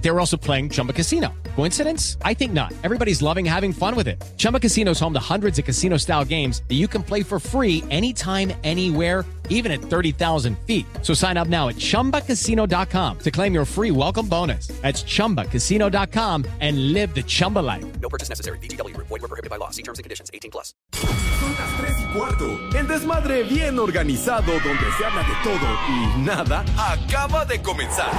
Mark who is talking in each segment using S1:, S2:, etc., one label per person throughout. S1: They were also playing Chumba Casino. Coincidence? I think not. Everybody's loving having fun with it. Chumba Casino is home to hundreds of casino style games that you can play for free anytime, anywhere even at 30,000 feet. So sign up now at ChumbaCasino.com to claim your free welcome bonus. That's ChumbaCasino.com and live the Chumba life.
S2: No purchase necessary. BGW. Void were prohibited by law. See terms and conditions. 18 plus.
S3: Son las 3 y cuarto. El desmadre bien organizado donde se habla de todo y nada acaba de comenzar.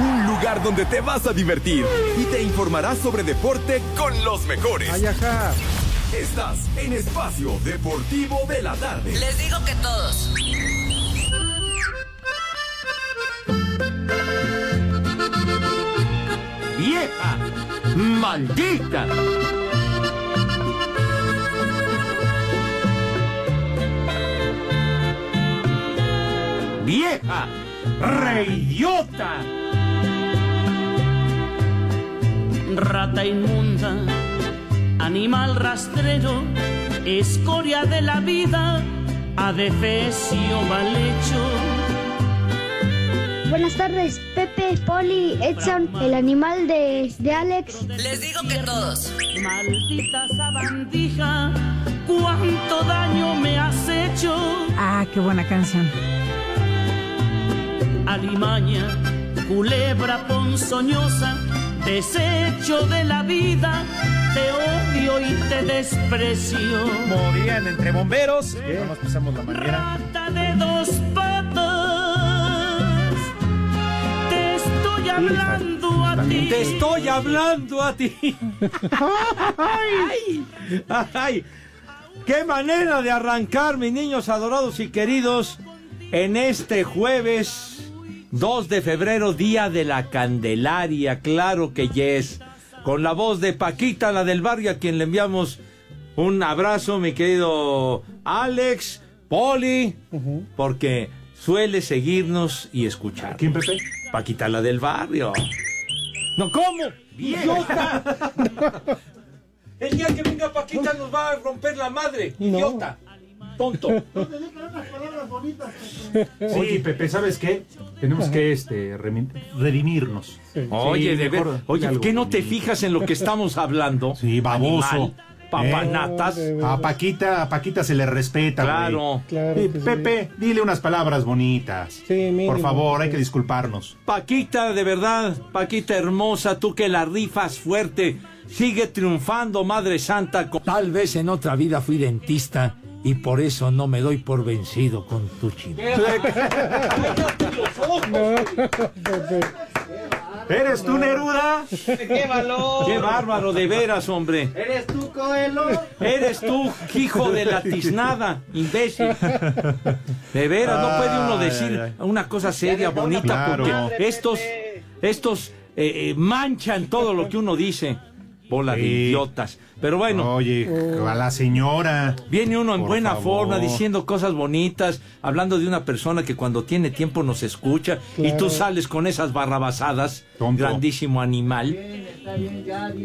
S3: Un lugar donde te vas a divertir y te informarás sobre deporte con los mejores. Estás en Espacio Deportivo de la Tarde.
S4: Les digo que todos.
S5: vieja, maldita. Vieja, reidiota.
S6: Rata inmunda, animal rastrero, escoria de la vida, adefesio mal hecho.
S7: Buenas tardes, Pepe, Poli, Edson, el animal de, de Alex.
S4: Les digo que todos.
S6: Maldita sabandija, cuánto daño me has hecho.
S8: Ah, qué buena canción.
S6: Alimaña, culebra ponzoñosa, desecho de la vida, te odio y te desprecio.
S9: Movían entre bomberos. Vamos, pisamos la manguera.
S6: Rata de dos patas, te estoy hablando a ti.
S5: Te estoy hablando a ti. ¡Ay! ¡Ay! ¡Qué manera de arrancar, mis niños adorados y queridos, en este jueves 2 de febrero, día de la Candelaria! Claro que yes. Con la voz de Paquita, la del barrio, a quien le enviamos un abrazo, mi querido Alex, Poli, porque suele seguirnos y escuchar. ¿Quién, Pepe? Paquita, la del barrio. No, ¿cómo? ¡Idiota! El día que venga Paquita nos va a romper la madre. ¡Idiota! Tonto.
S10: Sí, Pepe, ¿sabes qué? Tenemos que este, remi- redimirnos.
S5: Oye,
S10: Sí,
S5: de ver,
S10: mejor
S5: oye,
S10: algo.
S5: ¿qué no te fijas en lo que estamos hablando?
S10: Sí, baboso. Eh,
S5: Animal, papanatas.
S10: A Paquita, a Paquita se le respeta, güey.
S5: Claro.
S10: Y Pepe, dile unas palabras bonitas. Por favor, hay que disculparnos.
S5: Paquita, de verdad, Paquita hermosa, tú que la rifas fuerte, sigue triunfando, Madre Santa. Tal vez en otra vida fui dentista y por eso no me doy por vencido con tu chivo.
S10: ¿Eres tú, Neruda?
S5: ¡Qué bárbaro, de veras, hombre! ¡Eres tú, Coelho! ¡Eres tú, hijo de la tiznada, imbécil! De veras, no puede uno
S10: Ay,
S5: decir
S10: ay,
S5: una cosa seria, bonita,
S10: Claro.
S5: porque estos, estos eh, eh, manchan todo lo que uno dice. Bola de
S10: Sí.
S5: idiotas. Pero bueno,
S10: Oye,
S9: Oh.
S10: a la señora.
S5: viene uno en
S10: Por
S5: buena
S10: favor.
S5: forma diciendo cosas bonitas, hablando de una persona que cuando tiene tiempo nos escucha, y tú sales con esas barrabasadas,
S10: Tonto.
S5: grandísimo animal.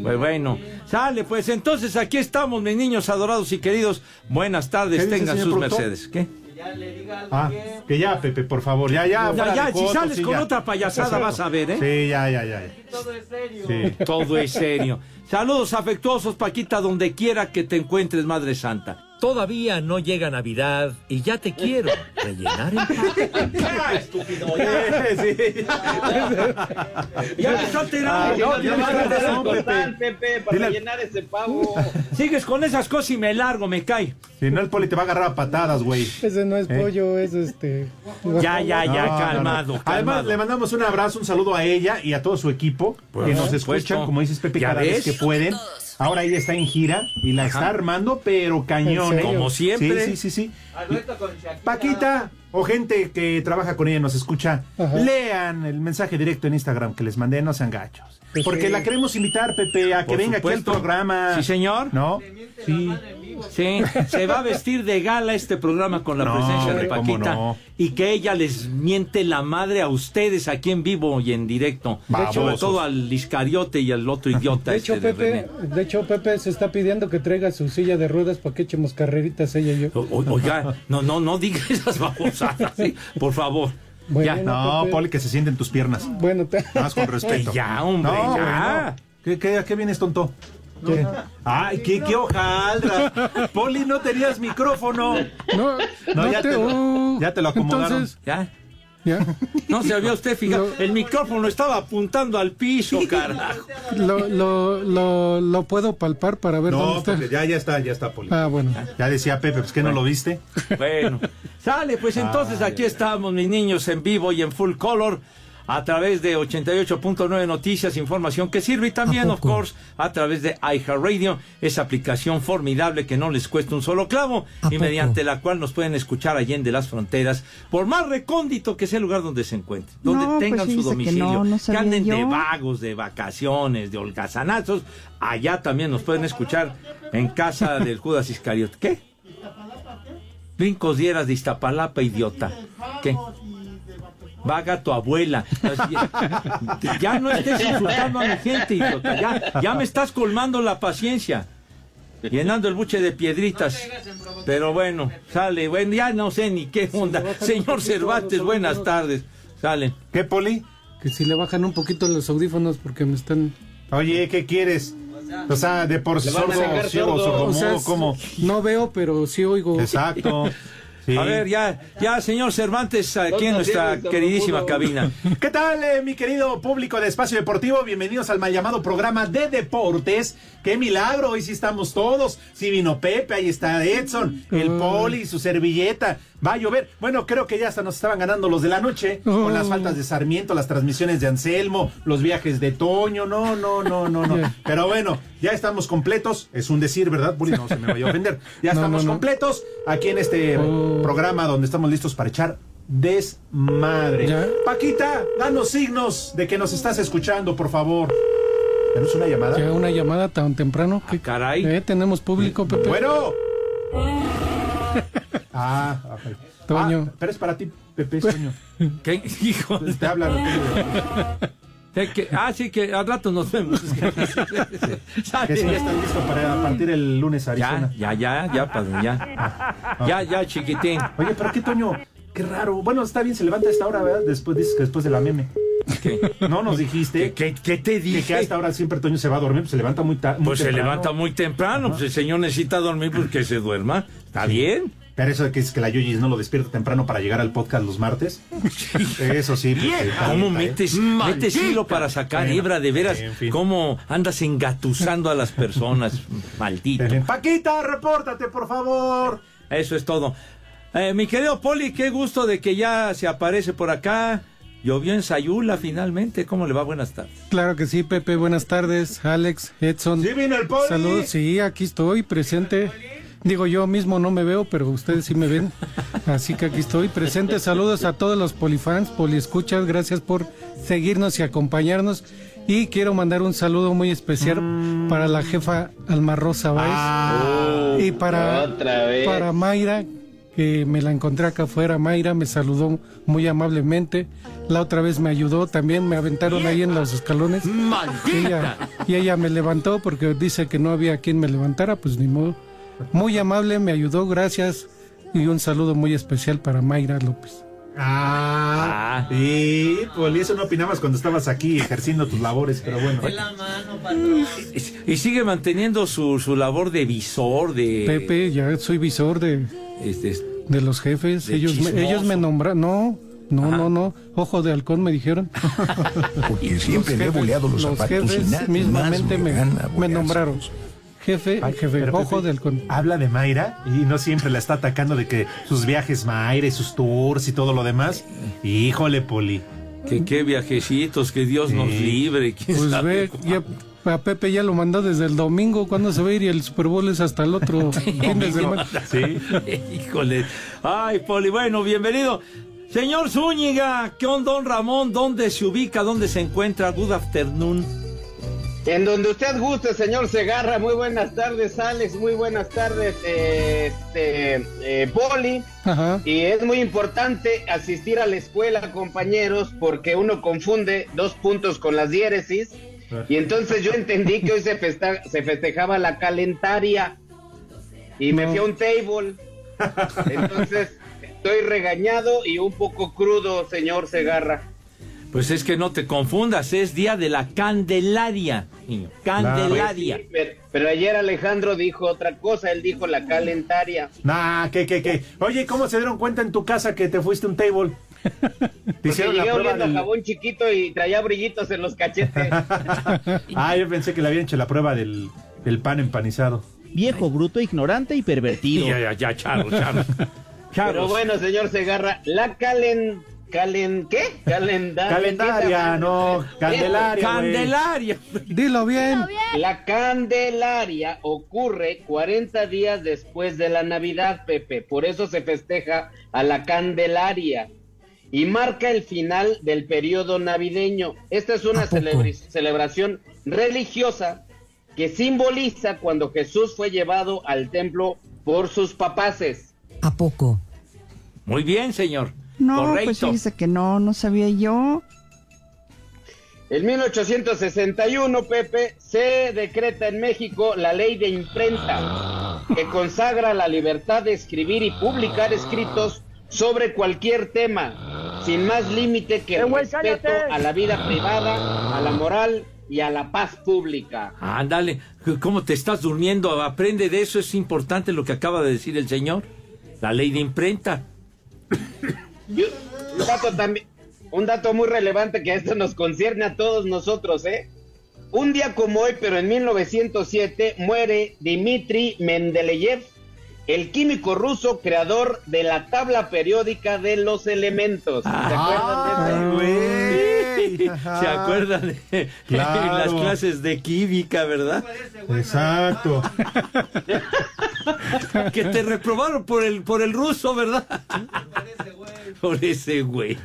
S5: Pues bueno, sale pues. Entonces aquí estamos, mis niños adorados y queridos. Buenas
S10: ¿Qué
S5: tardes,
S10: dice,
S5: tengan
S10: señor
S5: sus
S10: productor?
S5: Mercedes. ¿Qué?
S10: Ah, que ya, Pepe, por favor. Ya, ya. fuera
S5: Ya, ya,
S10: de
S5: si
S10: fotos,
S5: sales
S10: sí,
S5: con
S10: ya.
S5: otra payasada
S10: Exacto.
S5: vas a ver, ¿eh?
S10: Sí, ya, ya, ya. Todo es serio. Sí.
S5: Todo es serio. Saludos afectuosos, Paquita, donde quiera que te encuentres, Madre Santa.
S11: Todavía no llega Navidad y ya te quiero rellenar el
S10: Sí, Ah,
S5: Ya me está alterando.
S10: no,
S5: Ya
S10: tienes
S5: me está
S10: razón,
S5: alterando.
S10: Pepe. Dile al-
S5: Sigues con esas cosas y me largo, me cae.
S10: Si no, el poli te va a agarrar a patadas, güey.
S12: Ese no es
S10: ¿Eh?
S12: pollo, es este.
S5: Ya, ya, ya,
S10: No, no, no.
S5: calmado,
S10: Además,
S5: calmado.
S10: le mandamos un abrazo, un saludo a ella y a todo su equipo que nos
S5: supuesto.
S10: escuchan, como dices Pepe,
S5: ¿Ya
S10: cada
S5: ves?
S10: vez que pueden. Ahora ella está en gira y la está armando, pero cañón.
S12: ¿En
S10: ¿eh?
S12: serio?
S5: Como siempre.
S10: Sí, sí, sí. sí. Paquita o gente que trabaja con ella nos escucha,
S12: Ajá.
S10: lean el mensaje directo en Instagram que les mandé, no sean gachos.
S12: Pues
S10: Porque
S12: sí.
S10: la queremos invitar, Pepe, a que
S5: Por
S10: venga aquí al
S5: supuesto.
S10: programa.
S5: Sí, señor.
S10: ¿No? Sí.
S5: Sí, se va a vestir de gala este programa con la
S10: No,
S5: presencia de
S10: hombre, ¿cómo
S5: Paquita
S10: no?
S5: y que ella les miente la madre a ustedes aquí en vivo y en directo.
S10: De hecho-
S5: Sobre todo al Iscariote y al otro idiota.
S12: De
S5: este
S12: hecho,
S5: de
S12: Pepe,
S5: René.
S12: de hecho, Pepe se está pidiendo que traiga su silla de ruedas para que echemos carreritas ella y yo.
S5: O- oiga, no, no, no diga esas babosadas, Ah, ¿sí? por favor.
S12: Bueno,
S5: ya,
S10: No,
S12: Pepe.
S10: Poli, que se sienten tus piernas.
S12: Bueno, te-
S10: Nada más con respeto.
S5: Que ya, hombre,
S10: No,
S5: ya.
S10: no. ¿Qué, qué, ¿A qué vienes, tonto? ¿Qué? Ay, qué, qué hojaldra. Poli, no tenías micrófono.
S12: no, no
S10: ya
S12: te-
S10: te lo- ya te lo acomodaron.
S12: Entonces,
S5: ya.
S12: ya.
S5: No se había usted fijado. El micrófono estaba apuntando al piso, carajo.
S12: Lo, lo, lo, lo puedo palpar para ver dónde
S10: No,
S12: está.
S10: Pepe, ya, ya está, ya está, Poli.
S12: Ah, bueno.
S10: Ya decía Pepe, pues que no lo viste. Ah.
S5: Bueno, sale, pues entonces aquí estamos, mis niños, en vivo y en full color. A través de 88.9 Noticias, información que sirve y también, of course, a través de iHeartRadio, esa aplicación formidable que no les cuesta un solo clavo y mediante la cual nos pueden escuchar allá en de las fronteras, por más recóndito que sea el lugar donde se encuentren, donde
S6: No, pues
S5: tengan su
S6: fíjese que
S5: domicilio,
S6: no, no
S5: que
S6: sabía
S5: anden de
S6: yo.
S5: vagos, de vacaciones, de holgazanazos, allá también nos pueden escuchar en casa del Judas Iscariot. ¿Qué? Brincos dieras de Iztapalapa, idiota. ¿Qué? Vaga tu abuela. Ya no estés insultando a mi gente, idiota. Ya, ya me estás colmando la paciencia. Llenando el buche de piedritas. Pero bueno, sale. Bueno, ya no sé ni qué onda. Señor Cervantes, buenas tardes. Sale.
S10: ¿Qué, Poli?
S12: Que si le bajan un poquito los audífonos porque me están.
S10: Oye, ¿qué quieres? O sea, de por
S13: Le van a
S10: sordo,
S13: sacar
S10: ciego,
S13: todo.
S10: sordomudo,
S12: O sea, es-
S10: ¿cómo?
S12: no veo, pero sí oigo.
S10: Exacto. Sí.
S5: A ver, ya, ya, señor Cervantes, aquí en nuestra queridísima cabina.
S10: ¿Qué tal, eh, mi querido público de Espacio Deportivo? Bienvenidos al mal llamado programa de deportes. ¡Qué milagro! Hoy sí estamos todos. Sí vino Pepe, ahí está Edson, el Poli, su servilleta. Va a llover. Bueno, creo que ya hasta nos estaban ganando los de la noche con las faltas de Sarmiento, las transmisiones de Anselmo, los viajes de Toño. No, no, no, no, no. Pero bueno, ya estamos completos. Es un decir, ¿verdad, Poli? No se me vaya a ofender. Ya
S12: No,
S10: estamos
S12: no, no.
S10: completos aquí en este
S12: Oh.
S10: programa donde estamos listos para echar desmadre.
S12: ¿Ya?
S10: Paquita, danos signos de que nos estás escuchando, por favor. ¿Tenemos una llamada? Ah,
S12: Ya una llamada tan temprano. que
S5: caray.
S12: Eh, tenemos público, Pepe.
S10: Bueno. Ah, ok.
S12: Toño.
S10: Ah, pero es para ti, Pepe, es Toño.
S5: ¿Qué? Hijo de-
S10: Te habla.
S5: de que- ah, sí, que al rato nos vemos.
S10: Que si ya estás listo para partir el lunes a
S5: Ya,
S10: Arizona.
S5: ya, ya, ya, padre, ya. Ya, ya, chiquitín.
S10: Oye, pero qué Toño, qué raro. Bueno, está bien, se levanta a esta hora, ¿verdad? Después dices que después de la meme.
S5: ¿Qué,
S10: No nos dijiste
S5: qué- qué- qué te
S10: que, que a
S5: dije?
S10: esta hora siempre Toño se va a dormir, pues se levanta muy tarde.
S5: Pues se levanta muy temprano, pues el señor necesita dormir pues que se duerma. ¿Está bien?
S10: Pero eso de que es que la Yoyis no lo despierta temprano para llegar al podcast los martes. Eso sí. pues, sí, está
S5: Ah, ¿Cómo
S10: bien, está
S5: metes,
S10: bien.
S5: metes hilo para sacar
S10: Bueno,
S5: hebra de veras?
S10: en fin.
S5: ¿Cómo andas engatusando a las personas? Maldito.
S10: Está bien. Paquita, repórtate, por favor.
S5: Eso es todo. Eh, mi querido Poli, qué gusto de que ya se aparece por acá. Llovió en Sayula finalmente. ¿Cómo le va? Buenas tardes.
S12: Claro que sí, Pepe. Buenas tardes, Alex, Edson.
S10: Sí, vino el poli.
S12: Saludos, sí, aquí estoy presente. Digo, yo mismo no me veo, pero ustedes sí me ven. Así que aquí estoy presente. Saludos a todos los polifans, poliescuchas. Gracias por seguirnos y acompañarnos. Y quiero mandar un saludo muy especial
S10: Mm.
S12: para la jefa Alma Rosa Báez.
S10: Ah.
S12: y para, para Mayra, que me la encontré acá afuera. Mayra me saludó muy amablemente. La otra vez me ayudó también. Me aventaron ahí en los escalones. Y ella, y ella me levantó porque dice que no había quien me levantara, pues ni modo. Muy amable, me ayudó, gracias. Y un saludo muy especial para Mayra López.
S10: Ah, y Poli, eso no opinabas cuando estabas aquí ejerciendo tus labores, pero bueno.
S12: Mm,
S5: Y sigue manteniendo su, su labor de visor, de...
S12: Pepe, ya soy visor de,
S5: este, este,
S12: de los jefes.
S5: De
S12: ellos, me,
S5: chismoso.
S12: ellos me nombraron. No, no, no, no. Ojo de halcón me dijeron.
S1: Porque siempre le he
S12: jefes-
S1: boleado los,
S12: los
S1: zapatos y
S12: jefes
S1: nada
S12: mismamente
S1: más me,
S12: me,
S1: gana
S12: me
S1: boleazos.
S12: nombraron. Jefe,
S10: Ay,
S12: jefe,
S10: pero
S12: ojo
S10: Pepe,
S12: de halcón.
S10: Habla de Mayra y no siempre la está atacando de que sus viajes Mayra y sus tours y todo lo demás. Híjole, Poli.
S5: Que qué viajecitos, que Dios nos
S10: Sí.
S5: libre. ¿quién
S12: Pues
S5: sabe
S12: ve,
S5: cómo?
S12: ya, a Pepe ya lo mandó desde el domingo. ¿Cuándo se va a ir? Y el Super Bowl es hasta el otro fin de semana.
S10: Sí.
S5: Híjole. Ay, Poli, bueno, bienvenido. Señor Zúñiga, ¿qué onda, don Ramón? ¿Dónde se ubica? ¿Dónde se encuentra? Good afternoon.
S14: En donde usted guste, señor Segarra. Muy buenas tardes, Alex. Muy buenas tardes, eh, este, eh, Poli.
S15: Ajá.
S14: Y es muy importante asistir a la escuela, compañeros, porque uno confunde dos puntos con las diéresis. Y entonces yo entendí que hoy se, festa- se festejaba la calentaria. Y me
S15: No.
S14: fui a un table. Entonces estoy regañado y un poco crudo, señor Segarra.
S5: Pues es que no te confundas, es día de la Candelaria, niño. Candelaria.
S14: Pues sí, pero, pero ayer Alejandro dijo otra cosa, él dijo la calentaria.
S16: Nah, que, que, que. Oye, ¿cómo se dieron cuenta en tu casa que te fuiste a un table? Te
S14: Porque
S16: hicieron la
S14: llegué
S16: prueba
S14: oliendo a
S16: del-
S14: jabón chiquito y traía brillitos en los cachetes.
S16: Ah, yo pensé que le habían hecho la prueba del, del pan empanizado.
S17: Viejo, bruto, ignorante y pervertido.
S16: Ya, ya, ya, charro, charro.
S14: Pero bueno, señor Segarra, la calen... ¿Calen qué? Calendaria.
S16: Calendaria, no, Candelaria. güey.
S15: Dilo bien.
S14: La Candelaria ocurre 40 días después de la Navidad, Pepe. Por eso se festeja a la Candelaria y marca el final del periodo navideño. Esta es una celebri- celebración religiosa que simboliza cuando Jesús fue llevado al templo por sus papaces.
S5: ¿A poco? Muy bien, señor.
S18: No, pues
S5: Correcto.
S18: fíjese que no, no sabía yo.
S14: En 1861, Pepe, se decreta en México la ley de imprenta, que consagra la libertad de escribir y publicar escritos sobre cualquier tema, sin más límite que el respeto a la vida privada, a la moral y a la paz pública.
S5: Ándale, ¿cómo te estás durmiendo? Aprende de eso, es importante lo que acaba de decir el señor. La ley de imprenta.
S14: Y un dato también, un dato muy relevante que a esto nos concierne a todos nosotros, ¿eh? Un día como hoy, pero en 1907, muere Dmitri Mendeleev, el químico ruso creador de la tabla periódica de los elementos. ¿Se acuerdan de ese?
S5: Ah. ¿Se
S14: Ah.
S5: acuerdan de
S16: Claro.
S5: las clases de química, verdad?
S16: Exacto.
S5: que te reprobaron por el por el ruso, ¿verdad? Por ese güey.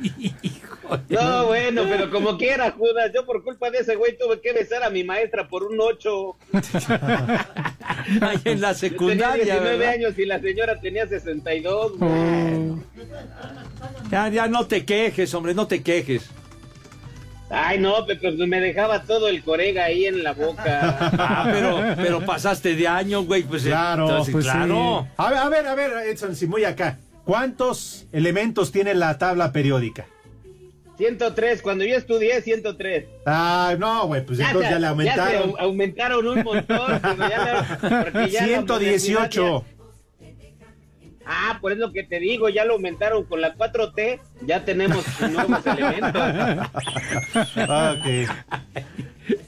S14: No, bueno, pero como quiera, Judas, yo por culpa de ese güey tuve que besar a mi maestra por un ocho.
S5: Ahí en
S14: Tenía
S5: la secundaria,
S14: 19
S5: ¿verdad?
S14: años y la señora tenía 62. güey.
S5: Oh. Ya, ya no te quejes, hombre, no te quejes.
S14: Ay, no, Pepe, pues me dejaba todo el corega ahí en la boca.
S5: Ah, pero, pero pasaste de año, güey, pues eh,
S16: Claro,
S5: entonces,
S16: pues,
S5: claro.
S16: sí. A ver, a ver, a ver, Edson, si muy acá. ¿Cuántos elementos tiene la tabla periódica?
S14: 103, cuando yo estudié 103.
S16: Ah, no, güey, pues entonces ya
S14: se-
S16: le
S14: se
S16: aumentaron.
S14: au- aumentaron un montón. pero ya la- porque ya la
S16: 118.
S14: universidad ya- ah, por eso que te digo, ya lo aumentaron con la 4T, ya tenemos nuevos elementos.
S1: Ah,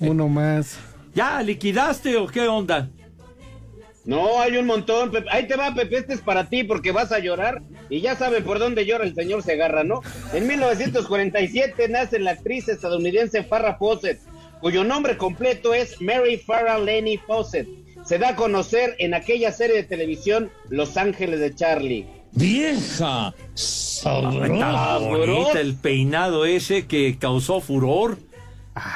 S15: Uno más.
S5: ¿Ya liquidaste o qué onda?
S14: No, hay un montón. Pepe. Ahí te va, Pepe, este es para ti porque vas a llorar. Y ya sabe por dónde llora el señor Segarra, ¿no? En 1947 nace la actriz estadounidense Farrah Fawcett, cuyo nombre completo es Mary Farrah Lenny Fawcett. Se da a conocer en aquella serie de televisión Los Ángeles de Charlie.
S5: ¡Vieja! Está bonita
S14: Sabrosa.
S5: el peinado ese que causó furor.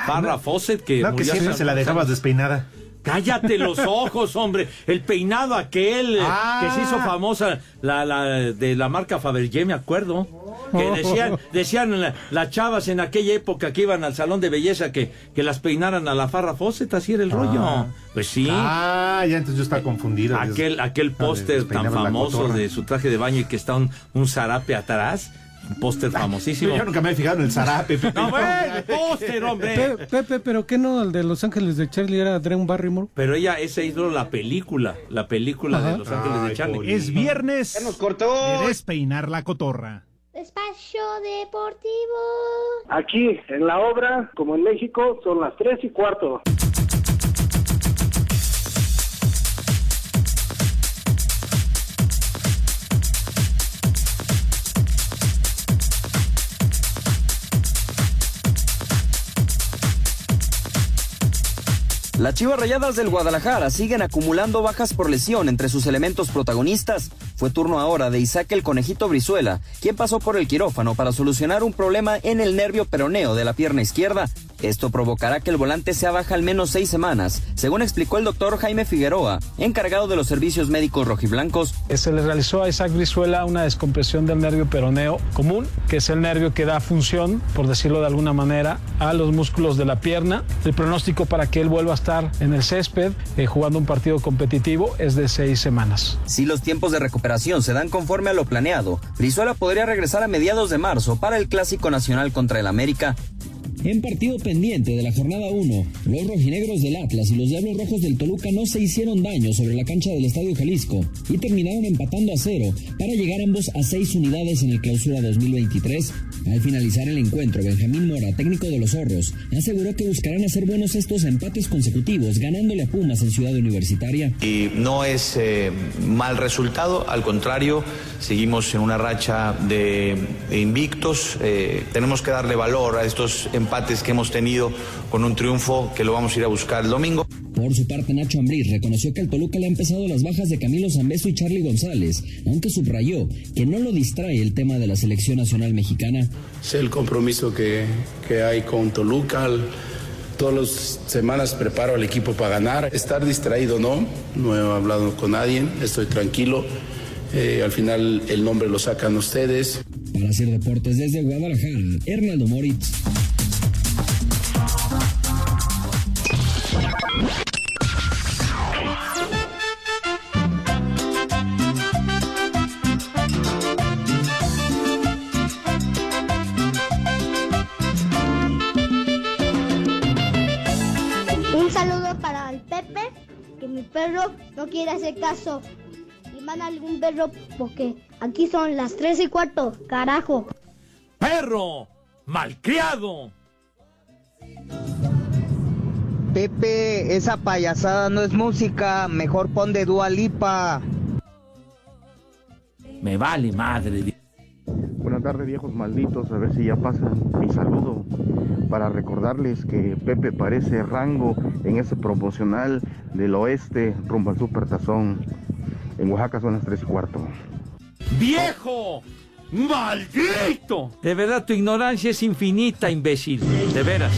S5: Barra Fawcett que.
S16: Ah, No, que
S5: murió
S16: siempre
S5: hace
S16: se la
S5: algunos
S16: dejabas
S5: años.
S16: despeinada.
S5: Cállate los ojos, hombre. El peinado aquel eh,
S16: Ah.
S5: que se hizo famosa, la, la de la marca Fabergé, me acuerdo.
S16: Oh.
S5: Que decían, decían la- las chavas en aquella época que iban al salón de belleza que, que las peinaran a la Farra Fawcett, así era el rollo. Pues sí.
S16: Ah, ya entonces yo estaba confundido.
S5: Aquel, aquel
S16: Ah,
S5: póster tan
S16: despeinaban la
S5: famoso
S16: cotorra.
S5: de su traje de baño y que está un, un zarape atrás. Un póster famosísimo.
S16: Yo nunca me he fijado en el zarape. Pepe.
S10: Ah,
S5: No, güey, el póster, hombre.
S15: Pe- Pepe, pero ¿qué no? El de Los Ángeles de Charlie era Drew Barrymore.
S5: Pero ella, esa hizo la película, la película de Los Ángeles de Charlie.
S19: Es viernes.
S14: nos cortó.
S19: de Despeinar la cotorra.
S7: Espacio Deportivo.
S20: Aquí, en la obra, como en México, son las tres y cuarto.
S21: Las Chivas Rayadas del Guadalajara siguen acumulando bajas por lesión entre sus elementos protagonistas. Fue turno ahora de Isaac el Conejito Brizuela, quien pasó por el quirófano para solucionar un problema en el nervio peroneo de la pierna izquierda. Esto provocará que el volante sea baja al menos seis semanas, según explicó el doctor Jaime Figueroa, encargado de los servicios médicos rojiblancos.
S22: eh, Se le realizó a Isaac Brizuela una descompresión del nervio peroneo común, que es el nervio que da función, por decirlo de alguna manera, a los músculos de la pierna. El pronóstico para que él vuelva a estar en el césped eh, jugando un partido competitivo es de seis semanas.
S21: Si los tiempos de recuperación se dan conforme a lo planeado, Brizuela podría regresar a mediados de marzo para el Clásico Nacional contra el América.
S23: En partido pendiente de la jornada 1, los rojinegros del Atlas y los diablos rojos del Toluca no se hicieron daño sobre la cancha del Estadio Jalisco y terminaron empatando a cero para llegar ambos a seis unidades en el clausura 2023. Al finalizar el encuentro, Benjamín Mora, técnico de los zorros, aseguró que buscarán hacer buenos estos empates consecutivos, ganándole a Pumas en Ciudad Universitaria.
S24: Y no es eh, mal resultado, al contrario, seguimos en una racha de invictos. eh, tenemos que darle valor a estos empates que hemos tenido con un triunfo que lo vamos a ir a buscar el domingo.
S23: Por su parte, Nacho Ambriz reconoció que al Toluca le ha empezado las bajas de Camilo Zambeso y Charlie González, aunque subrayó que no lo distrae el tema de la selección nacional mexicana.
S25: Sé el compromiso que, que hay con Toluca. el- Todas las semanas preparo al equipo para ganar. Estar distraído no, no he hablado con nadie, estoy tranquilo. Eh, al final el nombre lo sacan ustedes.
S23: Para hacer deportes desde Guadalajara, Hernando Moritz.
S7: Un saludo para el Pepe, que mi perro no quiere hacer caso. Y manda algún perro porque aquí son las 3 y cuarto, carajo.
S5: ¡Perro! ¡Malcriado!
S26: Pepe, esa payasada no es música, mejor pon de Dua Lipa.
S5: Me vale madre.
S20: Buenas tardes, viejos malditos. A ver si ya pasan mi saludo para recordarles que Pepe parece rango en ese promocional del oeste rumbo al Supertazón. En Oaxaca son las 3 y cuarto.
S5: ¡Viejo! ¡Maldito! De verdad, tu ignorancia es infinita, imbécil. De veras.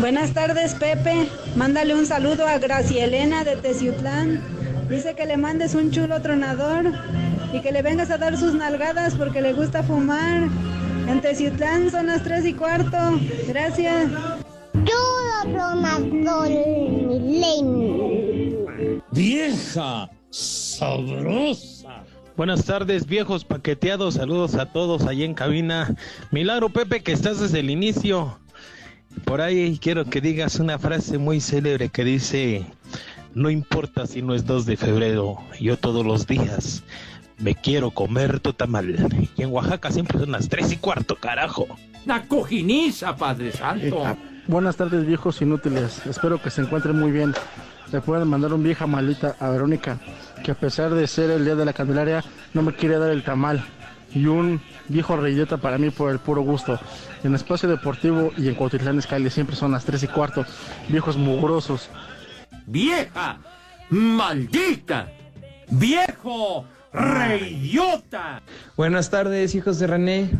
S27: Buenas tardes, Pepe. Mándale un saludo a Gracielena de Teciutlán. Dice que le mandes un chulo tronador y que le vengas a dar sus nalgadas porque le gusta fumar. En Teciutlán son las tres y cuarto. Gracias.
S6: ¡Vieja! ¡Sabrosa! Buenas tardes, viejos paqueteados. Saludos a todos allí en cabina. Milagro Pepe, que estás desde el inicio. Por ahí quiero que digas una frase muy célebre que dice: No importa si no es 2 de febrero, yo todos los días me quiero comer tu tamal. Y en Oaxaca siempre son las 3 y cuarto, carajo.
S5: Una cojiniza, Padre Santo.
S28: Buenas tardes, viejos inútiles. Espero que se encuentren muy bien. Recuerden mandar un vieja malita a Verónica, que a pesar de ser el día de la Candelaria, no me quiere dar el tamal. Y un viejo reyota para mí por el puro gusto. En Espacio Deportivo y en Cuautitlán Escali siempre son las 3 y cuarto. Viejos mugrosos.
S5: ¡Vieja! ¡Maldita! ¡Viejo! ¡Reyota!
S29: Buenas tardes, hijos de René.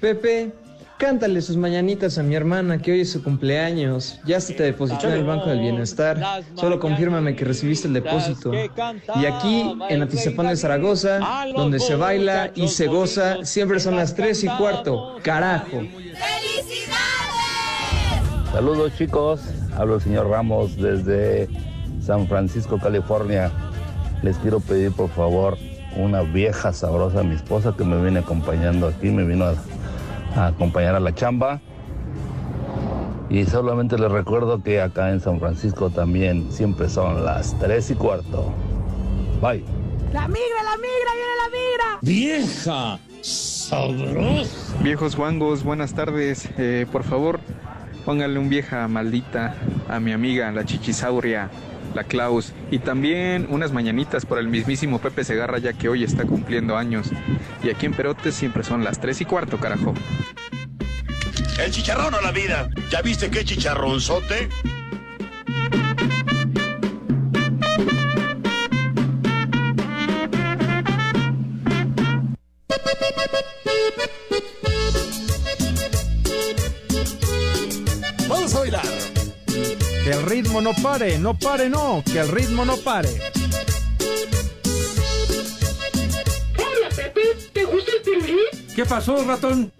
S29: Pepe, cántale sus mañanitas a mi hermana que hoy es su cumpleaños. Ya se te depositó en el Banco del Bienestar. Solo confírmame que recibiste el depósito. Y aquí, en Atizapán de Zaragoza, donde se baila y se goza, siempre son las tres y cuarto. Carajo.
S30: Saludos chicos, hablo el señor Ramos desde San Francisco, California. Les quiero pedir por favor una vieja sabrosa, mi esposa que me viene acompañando aquí, me vino a, a acompañar a la chamba. Y solamente les recuerdo que acá en San Francisco también siempre son las 3 y cuarto. Bye.
S31: La migra, la migra, viene la migra.
S30: Vieja sabrosa.
S32: Viejos guangos, buenas tardes. Eh, por favor, pónganle un vieja maldita a mi amiga, la chichisauria, la Klaus. Y también unas mañanitas para el mismísimo Pepe Segarra, ya que hoy está cumpliendo años. Y aquí en Perote siempre son las tres y cuarto, carajo.
S33: El chicharrón o la vida. ¿Ya viste qué chicharronzote?
S34: Vamos a bailar.
S10: ritmo no pare, no pare, no, que el ritmo no pare.
S35: Hola, Pepe, ¿te gusta el pirulí?
S5: ¿Qué pasó, ratón?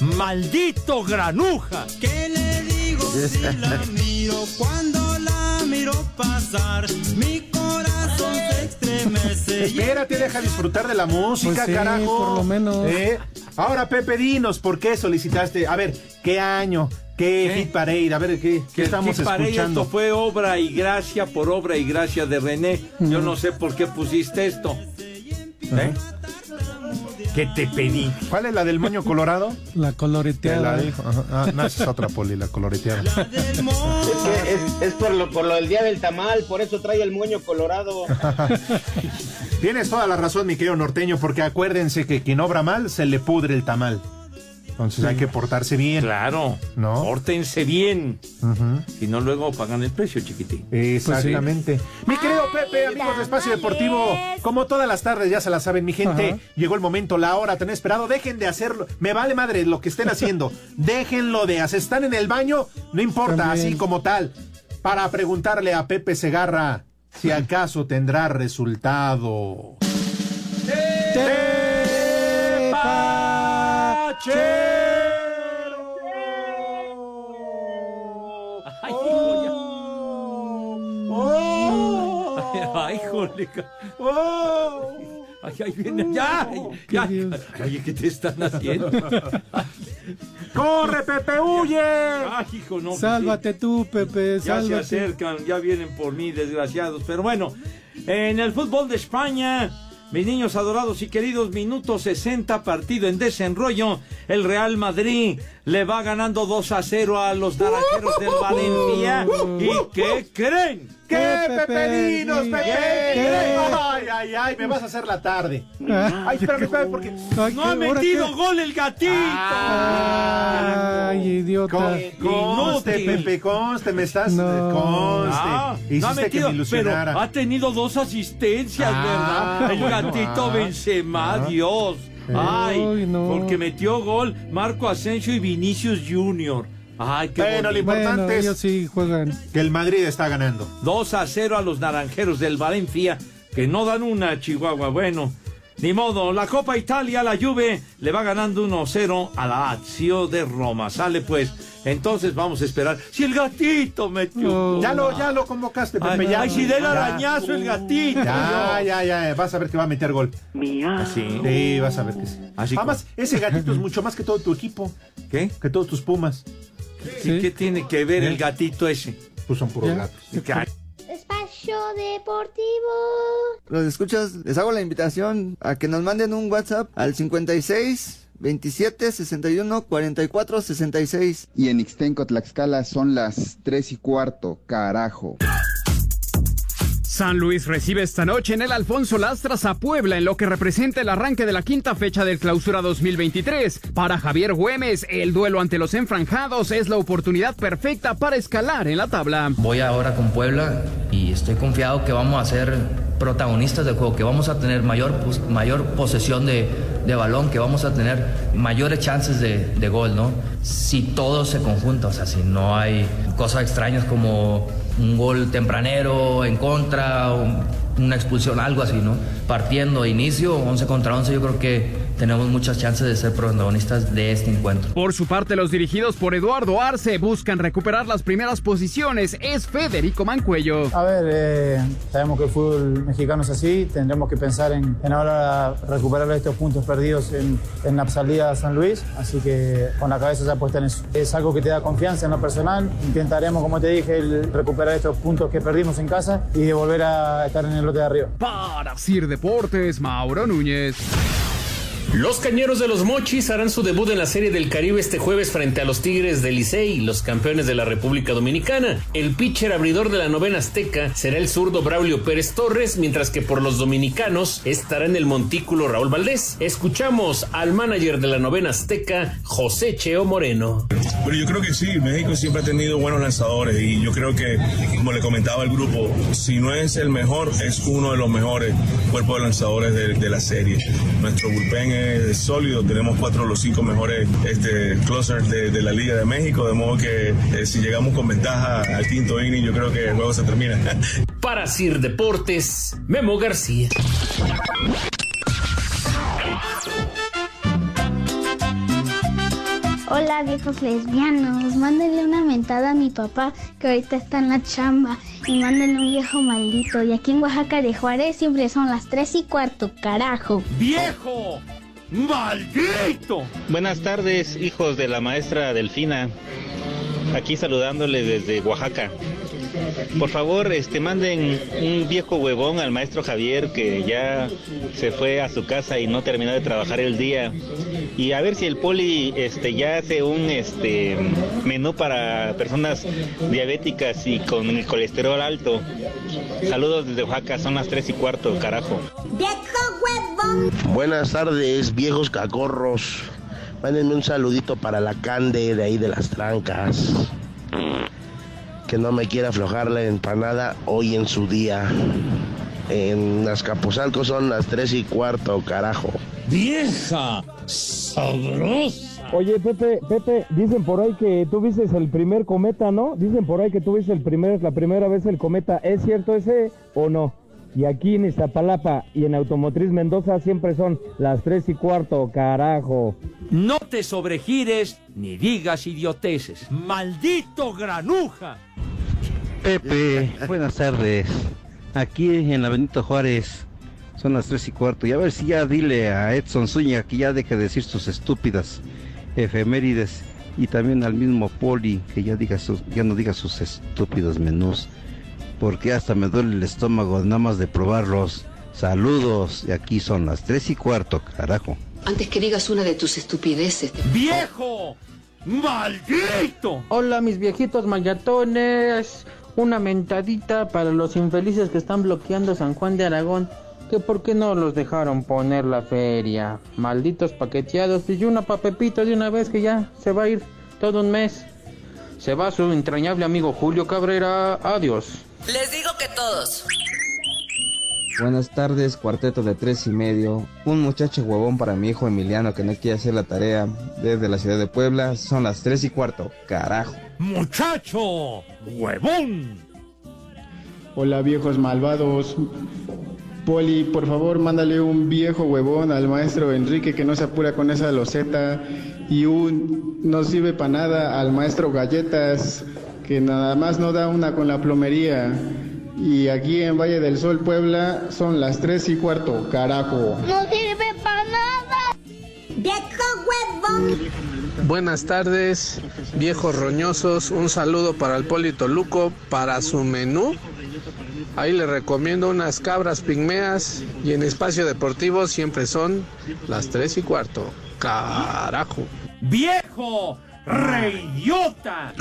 S5: ¡Maldito granuja!
S36: ¿Qué le digo si la miro cuando la miro pasar? Mi corazón se estremece. y-
S10: Espérate, deja disfrutar de la música,
S36: Pues sí,
S10: carajo.
S36: por lo menos.
S10: ¿Eh? Ahora, Pepe, dinos, ¿por qué solicitaste? A ver, ¿qué año? ¿Qué, hit parade? A ver, ¿qué, qué
S5: Que
S10: estamos
S5: que para ella
S10: escuchando?
S5: Esto fue obra y gracia por obra y gracia de René. Yo no sé por qué pusiste esto. ¿Eh? ¿Qué te pedí?
S10: ¿Cuál es la del moño colorado?
S12: La
S10: Te la
S12: coloreteada.
S10: dijo. Ajá. Ah, no, esa es otra poli, la coloreteada.
S37: Es, que es- es por, lo, por lo del día del tamal, por eso trae el moño colorado.
S10: Tienes toda la razón, mi querido norteño, porque acuérdense que quien obra mal se le pudre el tamal. Entonces hay que portarse bien.
S5: Claro.
S10: ¿No?
S5: Pórtense bien. Si no, luego pagan el precio, chiquitín.
S10: Exactamente. Mi querido Pepe, amigos de Espacio Deportivo, como todas las tardes ya se la saben, mi gente,
S12: Ajá.
S10: llegó el momento, la hora tan esperado, dejen de hacerlo, me vale madre lo que estén haciendo, déjenlo de hacer, están en el baño, no importa,
S12: También.
S10: así como tal, para preguntarle a Pepe Segarra si acaso tendrá resultado.
S5: Ay, hijo, ya.
S36: Oh,
S5: Ay, jole, ca- Ay, ay, viene. Ya, ya. Oye, ¿qué te están haciendo?
S10: ¡Corre, Pepe, huye!
S5: Ay, Ah, hijo, no.
S12: Sálvate tú, Pepe,
S5: Ya se
S12: sálvate.
S5: acercan, ya vienen por mí, desgraciados. Pero bueno, en el fútbol de España, mis niños adorados y queridos, minuto 60, partido en desenrollo. El Real Madrid le va ganando 2 a 0 a los naranjeros del Valencia. ¿Y qué creen?
S10: ¡Qué pepelinos, Pepe!
S5: ¿Qué?
S10: ¡Ay, ay, ay! Me vas a hacer la tarde. Ay, espérame, espérame, porque
S5: ¡No ha metido gol el gatito!
S12: Ay, idiota.
S10: Conste,
S5: Inútil.
S10: Pepe, conste, me estás.
S12: No.
S10: Conste.
S5: Ah,
S10: Hiciste
S5: no ha metido,
S10: que me
S5: pero
S10: ilusionara.
S5: ha tenido dos asistencias,
S10: Ah,
S5: ¿verdad? El
S10: bueno,
S5: gatito
S10: ah,
S5: Benzema,
S10: ah.
S5: Dios.
S10: Eh.
S5: Ay,
S10: Uy, no.
S5: porque metió gol Marco Asensio y Vinicius Junior. Ay, qué
S10: Bueno, lo
S5: bonito.
S10: importante es
S12: sí juegan.
S10: que el Madrid está ganando.
S5: 2 a 0 a los naranjeros del Valencia, que no dan una a Chihuahua. Bueno, ni modo, la Copa Italia, la Juve, le va ganando 1-0 a la Lazio de Roma. Sale pues, entonces vamos a esperar. Si el gatito metió.
S10: Ya
S5: gol.
S10: lo, ya lo convocaste, Pepe.
S5: Ay,
S10: ya,
S5: ay, si da el
S10: Ya.
S5: arañazo el gatito.
S10: Ya, ya, ya, vas a ver que va a meter gol.
S5: Así.
S10: Sí, vas a ver que sí.
S5: Así
S10: Además, ese gatito es mucho más que todo tu equipo,
S5: ¿Qué?
S10: que todos tus pumas.
S5: ¿Y qué tiene que ver el gatito ese?
S10: Pues son puros gatos.
S38: Espacio Deportivo.
S4: Los escuchas, les hago la invitación a que nos manden un WhatsApp al 56 27 61 44 66.
S39: Y en Ixtenco, Tlaxcala, son las 3 y cuarto, carajo.
S14: San Luis recibe esta noche en el Alfonso Lastras a Puebla en lo que representa el arranque de la quinta fecha del Clausura 2023. Para Javier Güemes, el duelo ante los enfranjados es la oportunidad perfecta para escalar en la tabla.
S18: Voy ahora con Puebla y estoy confiado que vamos a ser protagonistas del juego, que vamos a tener mayor, pos- mayor posesión de, de balón, que vamos a tener mayores chances de, de gol, ¿no? Si todo se conjunta, o sea, si no hay cosas extrañas como un gol tempranero en contra, un- una expulsión, algo así, ¿no? Partiendo de inicio, 11 contra 11, yo creo que tenemos muchas chances de ser protagonistas de este encuentro.
S14: Por su parte, los dirigidos por Eduardo Arce buscan recuperar las primeras posiciones. Es Federico Mancuello.
S16: A ver, eh, sabemos que el fútbol mexicano es así, tendremos que pensar en, en ahora recuperar estos puntos perdidos en, en la salida a San Luis, así que con la cabeza ya puesta en eso. Es algo que te da confianza en lo personal, intentaremos, como te dije, el- recuperar estos puntos que perdimos en casa y de volver a estar en el lote de arriba.
S14: Para Sir Deportes, Mauro Núñez.
S6: Los cañeros de los Mochis harán su debut en la Serie del Caribe este jueves frente a los Tigres del Licey, los campeones de la República Dominicana. El pitcher abridor de la novena azteca será el zurdo Braulio Pérez Torres, mientras que por los dominicanos estará en el montículo Raúl Valdés. Escuchamos al manager de la novena azteca, José Cheo Moreno.
S18: Pero yo creo que sí, México siempre ha tenido buenos lanzadores y yo creo que, como le comentaba el grupo, si no es el mejor, es uno de los mejores cuerpos de lanzadores de, de la serie. Nuestro bullpen
S15: ranking es sólido. Tenemos cuatro de los cinco mejores este, closers de, de la Liga de México. De modo que eh, si llegamos con ventaja al quinto inning, yo creo que el juego se termina.
S11: Para Sir Deportes, Memo García.
S40: Hola viejos lesbianos, mándenle una mentada a mi papá que ahorita está en la chamba y mándenle un viejo maldito. Y aquí en Oaxaca de Juárez siempre son las 3 y cuarto, carajo.
S5: ¡Viejo! ¡Maldito!
S17: Buenas tardes, hijos de la maestra Delfina. Aquí saludándoles desde Oaxaca. Por favor, este, manden un viejo huevón al maestro Javier que ya se fue a su casa y no terminó de trabajar el día. Y a ver si el poli este, ya hace un este, menú para personas diabéticas y con el colesterol alto. Saludos desde Oaxaca, son las 3 y cuarto, carajo.
S20: Buenas tardes, viejos cacorros. Mándenme un saludito para la Cande de ahí de las trancas. Que no me quiera aflojar la empanada hoy en su día. En Azcapotzalco son las tres y cuarto, carajo.
S32: ¡Vieja! ¡Sabrosa!
S21: Oye, Pepe, Pepe, dicen por ahí que tú viste el primer cometa, ¿no? Dicen por ahí que tú viste el primer, la primera vez el cometa. ¿Es cierto ese o no? Y aquí en Iztapalapa y en Automotriz Mendoza siempre son las tres y cuarto, carajo.
S5: No te sobregires ni digas idioteces. ¡Maldito granuja!
S41: Pepe, buenas tardes. Aquí en la Benito Juárez son las tres y cuarto. Y a ver si ya dile a Edson Zúñiga que ya deje de decir sus estúpidas efemérides. Y también al mismo Poli que ya, diga sus, ya no diga sus estúpidos menús. Porque hasta me duele el estómago nada más de probarlos. Saludos. Y aquí son las tres y cuarto, carajo.
S23: Antes que digas una de tus estupideces.
S5: ¡Viejo! ¡Maldito!
S24: Hola mis viejitos mayatones. Una mentadita para los infelices que están bloqueando San Juan de Aragón. Que por qué no los dejaron poner la feria. Malditos paqueteados. Y una pa' Pepito de una vez que ya se va a ir todo un mes. Se va su entrañable amigo Julio Cabrera. Adiós.
S25: Les digo que todos.
S41: Buenas tardes, cuarteto de tres y medio. Un muchacho huevón para mi hijo Emiliano que no quiere hacer la tarea desde la ciudad de Puebla. Son las tres y cuarto. Carajo.
S5: ¡Muchacho! ¡Huevón!
S42: Hola viejos malvados. Poli, por favor, mándale un viejo huevón al maestro Enrique que no se apura con esa loseta y un no sirve para nada al maestro Galletas que nada más no da una con la plomería. Y aquí en Valle del Sol, Puebla, son las tres y cuarto, carajo.
S7: No sirve para nada. Viejo huevón.
S41: Buenas tardes, viejos roñosos. Un saludo para el Polito Luco, para su menú. Ahí le recomiendo unas cabras pigmeas y en espacio deportivo siempre son las tres y cuarto. Carajo.
S5: ¡Viejo! ¡Reyota!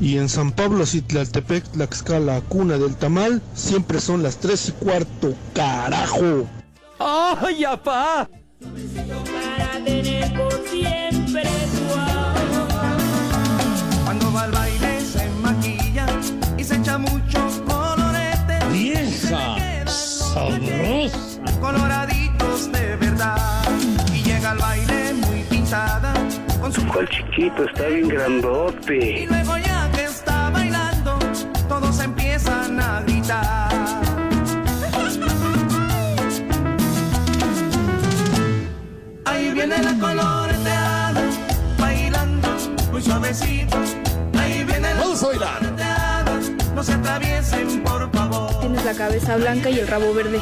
S41: Y en San Pablo, Citlaltepec, Tlaxcala, cuna del tamal, siempre son las tres y cuarto. Carajo.
S5: ¡Ay, apá!
S43: Para tener por siempre su amor.
S44: Cuando va al baile se maquilla y se echa muchos coloretes.
S32: ¡Vieja! ¡Sabrosa!
S44: Coloraditos de verdad. Y llega al baile muy pintada con su
S41: ¿Cuál chiquito? Está bien
S44: Y
S41: grandote.
S44: luego ya que está bailando, todos empiezan a gritar. Ahí viene la coloreteada, bailando muy suavecito. Ahí viene la
S45: Vamos a bailar.
S44: coloreteada, no se atraviesen por favor.
S46: Tienes la cabeza blanca y el rabo verde.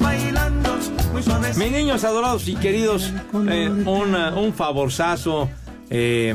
S44: Bailando muy suavecito.
S5: Mis niños adorados y queridos, eh, una- un favorzazo eh,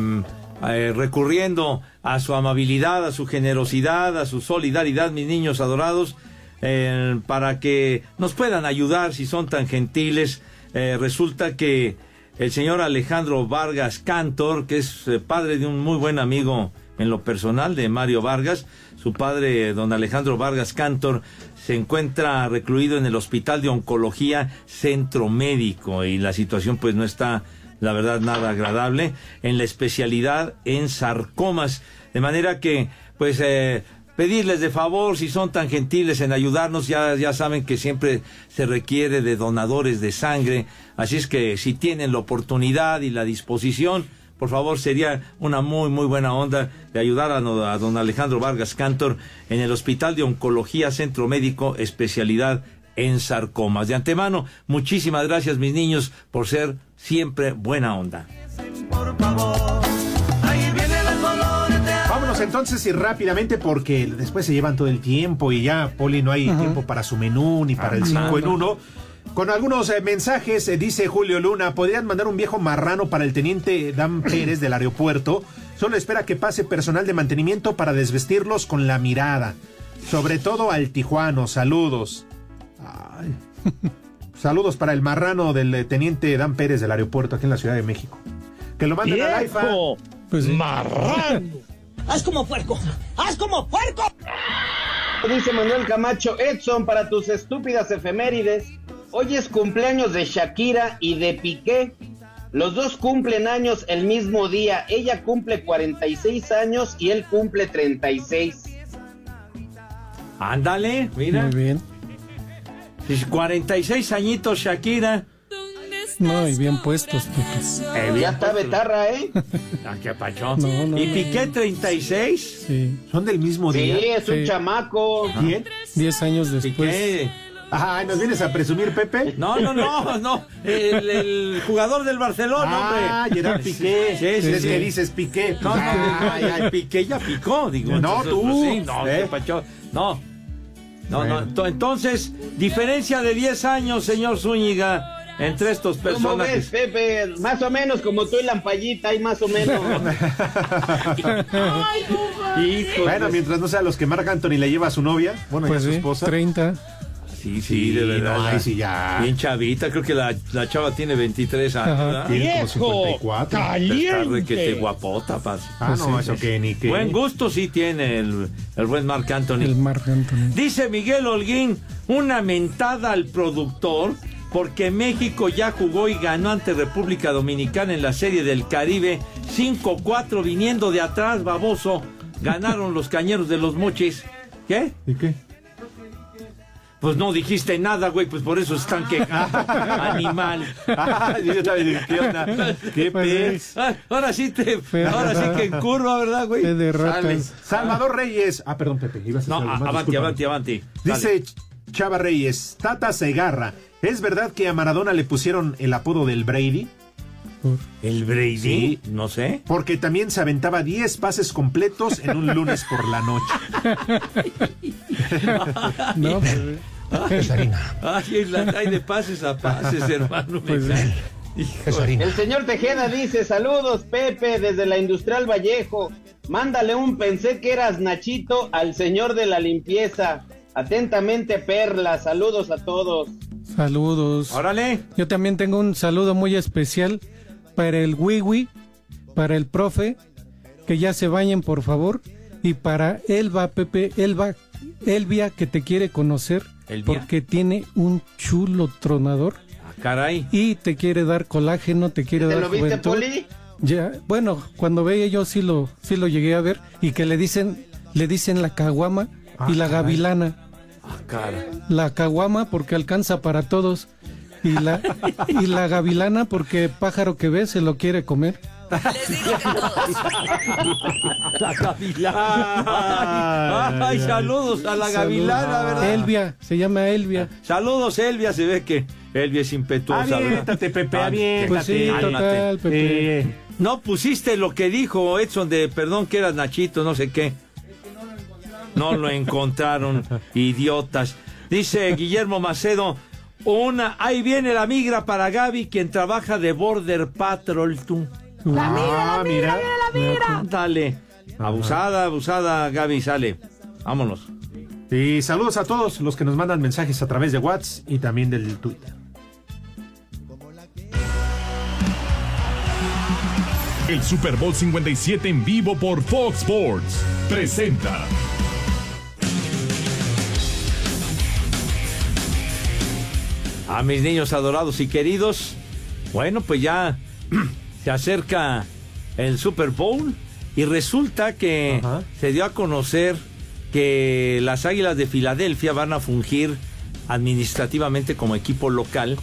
S5: eh, recurriendo a su amabilidad, a su generosidad, a su solidaridad, mis niños adorados, eh, para que nos puedan ayudar si son tan gentiles. Eh, resulta que el señor Alejandro Vargas Cantor, que es eh, padre de un muy buen amigo en lo personal de Mario Vargas, su padre, don Alejandro Vargas Cantor, se encuentra recluido en el Hospital de Oncología Centro Médico y la situación pues no está, la verdad, nada agradable en la especialidad en sarcomas. De manera que pues eh, pedirles de favor, si son tan gentiles en ayudarnos, ya, ya saben que siempre se requiere de donadores de sangre, así es que si tienen la oportunidad y la disposición, por favor, sería una muy, muy buena onda de ayudar a, no- a don Alejandro Vargas Cantor en el Hospital de Oncología Centro Médico, especialidad en sarcomas. De antemano, muchísimas gracias, mis niños, por ser siempre buena onda.
S10: Vámonos entonces y rápidamente porque después se llevan todo el tiempo y ya, Poli, no hay tiempo para su menú ni para el
S5: Ah,
S10: 5 en
S5: no.
S10: 1. Con algunos eh, mensajes, eh, dice Julio Luna, podrían mandar un viejo marrano para el teniente Dan Pérez del aeropuerto. Solo espera que pase personal de mantenimiento para desvestirlos con la mirada. Sobre todo al Tijuano, saludos. Ay. Saludos para el marrano del eh, teniente Dan Pérez del aeropuerto aquí en la Ciudad de México. Que lo manden al IFA.
S12: ¡Viejo!
S10: marrano.
S12: ¡Haz como puerco! ¡Haz como puerco!
S6: Dice Manuel Camacho, Edson, para tus estúpidas efemérides, hoy es cumpleaños de Shakira y de Piqué. Los dos cumplen años el mismo día. Ella cumple 46 años y él cumple 36.
S5: Ándale, mira. Muy
S12: bien.
S5: 46 añitos, Shakira.
S12: No, y bien puestos,
S5: Eh, bien
S6: ya está
S5: puesto.
S6: Betarra, ¿eh?
S5: Ah, qué pacho.
S12: No, no.
S5: ¿Y Piqué 36?
S12: Sí.
S10: ¿Son del mismo
S6: Sí, es un
S12: Sí.
S6: chamaco.
S10: ¿Quién?
S12: Diez años después.
S10: Ay, ¿nos vienes a presumir, Pepe?
S5: No, no, no, no. El, el jugador del Barcelona, hombre.
S10: Ah, Gerard Piqué.
S5: Sí, sí,
S10: es
S5: sí.
S10: que dices Piqué.
S5: No, no, ay, ay, Piqué ya picó, digo.
S10: No,
S5: entonces,
S10: tú.
S5: pues, sí, no,
S10: ¿Eh?
S5: qué pacho. No. No, no. ento- Entonces, diferencia de 10 años, señor Zúñiga, entre estos
S6: ¿Cómo ves,
S5: personajes.
S6: Pepe? Más o menos como tú y Lampallita, hay más o menos.
S10: bueno, mientras no sean los que Marc Anthony le lleva a su novia, bueno,
S12: Pues
S10: y a su
S12: sí,
S10: esposa.
S12: 30.
S5: Sí, sí, de verdad.
S10: no, ay, sí, ya.
S5: Bien chavita, creo que la, la chava tiene 23 años.
S10: Ajá.
S5: ¿verdad?
S10: Tiene como 54.
S5: Está requete
S10: ¡Caliente!
S5: guapota, paz.
S10: Ah, no, eso que ni que.
S5: Buen gusto sí tiene el, el buen Marc Anthony.
S12: El Marc Anthony.
S5: Dice Miguel Holguín, una mentada al productor porque México ya jugó y ganó ante República Dominicana en la Serie del Caribe 5-4 viniendo de atrás, baboso. Ganaron los cañeros de los mochis. ¿Qué?
S10: ¿Y qué?
S5: Pues no dijiste nada, güey, pues por eso están quejando. Animal.
S10: Ah, yo también dije, ¿qué onda?
S5: Qué
S10: Pues
S5: pe-
S10: es.
S5: Ah, Ahora sí te, ahora sí que en curva, ¿verdad, güey?
S10: Qué derrotas.
S5: Sale.
S10: Salvador Reyes. Ah, perdón, Pepe. Ibas a
S5: No,
S10: hacer algo
S5: a-
S10: más,
S5: avanti,
S10: discúlpame.
S5: avanti, avanti. Dale.
S10: Dice Chava Reyes, Tata Segarra. ¿Es verdad que a Maradona le pusieron el apodo del Brady?
S5: ¿El Brady? Sí, no sé.
S10: Porque también se aventaba 10 pases completos en un lunes por la noche.
S12: No, pues,
S5: Ah, Ay, la trae de pases a pases, hermano. me
S12: Pues,
S5: cae. Hijo.
S6: El señor Tejeda dice, saludos Pepe desde la Industrial Vallejo. Mándale un pensé que eras Nachito al señor de la limpieza. Atentamente Perla, saludos a todos.
S12: Saludos.
S5: Órale.
S12: Yo también tengo un saludo muy especial para el Wiwi, para el profe, que ya se bañen por favor, y para Elba, Pepe, Elba, Elvia, que te quiere conocer,
S5: Elvia.
S12: porque tiene un chulo tronador
S5: Ah, Caray.
S12: y te quiere dar colágeno, te quiere
S5: ¿Te
S12: dar
S5: lo viste,
S12: juventud.
S5: Poli?
S12: Ya, bueno, cuando veía yo sí lo, sí lo llegué a ver, y que le dicen, le dicen la caguama y la gavilana.
S5: Ah, cara.
S12: La caguama porque alcanza para todos. Y la, y la gavilana porque pájaro que ve se lo quiere comer.
S5: La gavilana. Ay, ay, saludos a la gavilana, ¿verdad?
S12: Elvia, se llama Elvia.
S5: Saludos, Elvia. Se ve que Elvia es impetuosa.
S10: Aviéntate, Pepe,
S5: Ah,
S10: aviéntate.
S5: Pues sí,
S10: Cálmate.
S5: total,
S10: Pepe.
S5: No pusiste lo que dijo Edson de perdón que eras Nachito, no sé qué. No lo encontraron, idiotas. Dice Guillermo Macedo, una, ahí viene la migra para Gaby, quien trabaja de Border Patrol, tú.
S12: La
S5: migra, la migra,
S12: la migra.
S5: Dale. Abusada, abusada, Gaby, sale. Vámonos.
S10: Y saludos a todos los que nos mandan mensajes a través de WhatsApp y también del Twitter.
S19: El Super Bowl 57 en vivo por Fox Sports presenta
S5: A mis niños adorados y queridos, bueno, pues ya se acerca el Super Bowl y resulta que se dio a conocer que las Águilas de Filadelfia van a fungir administrativamente como equipo local,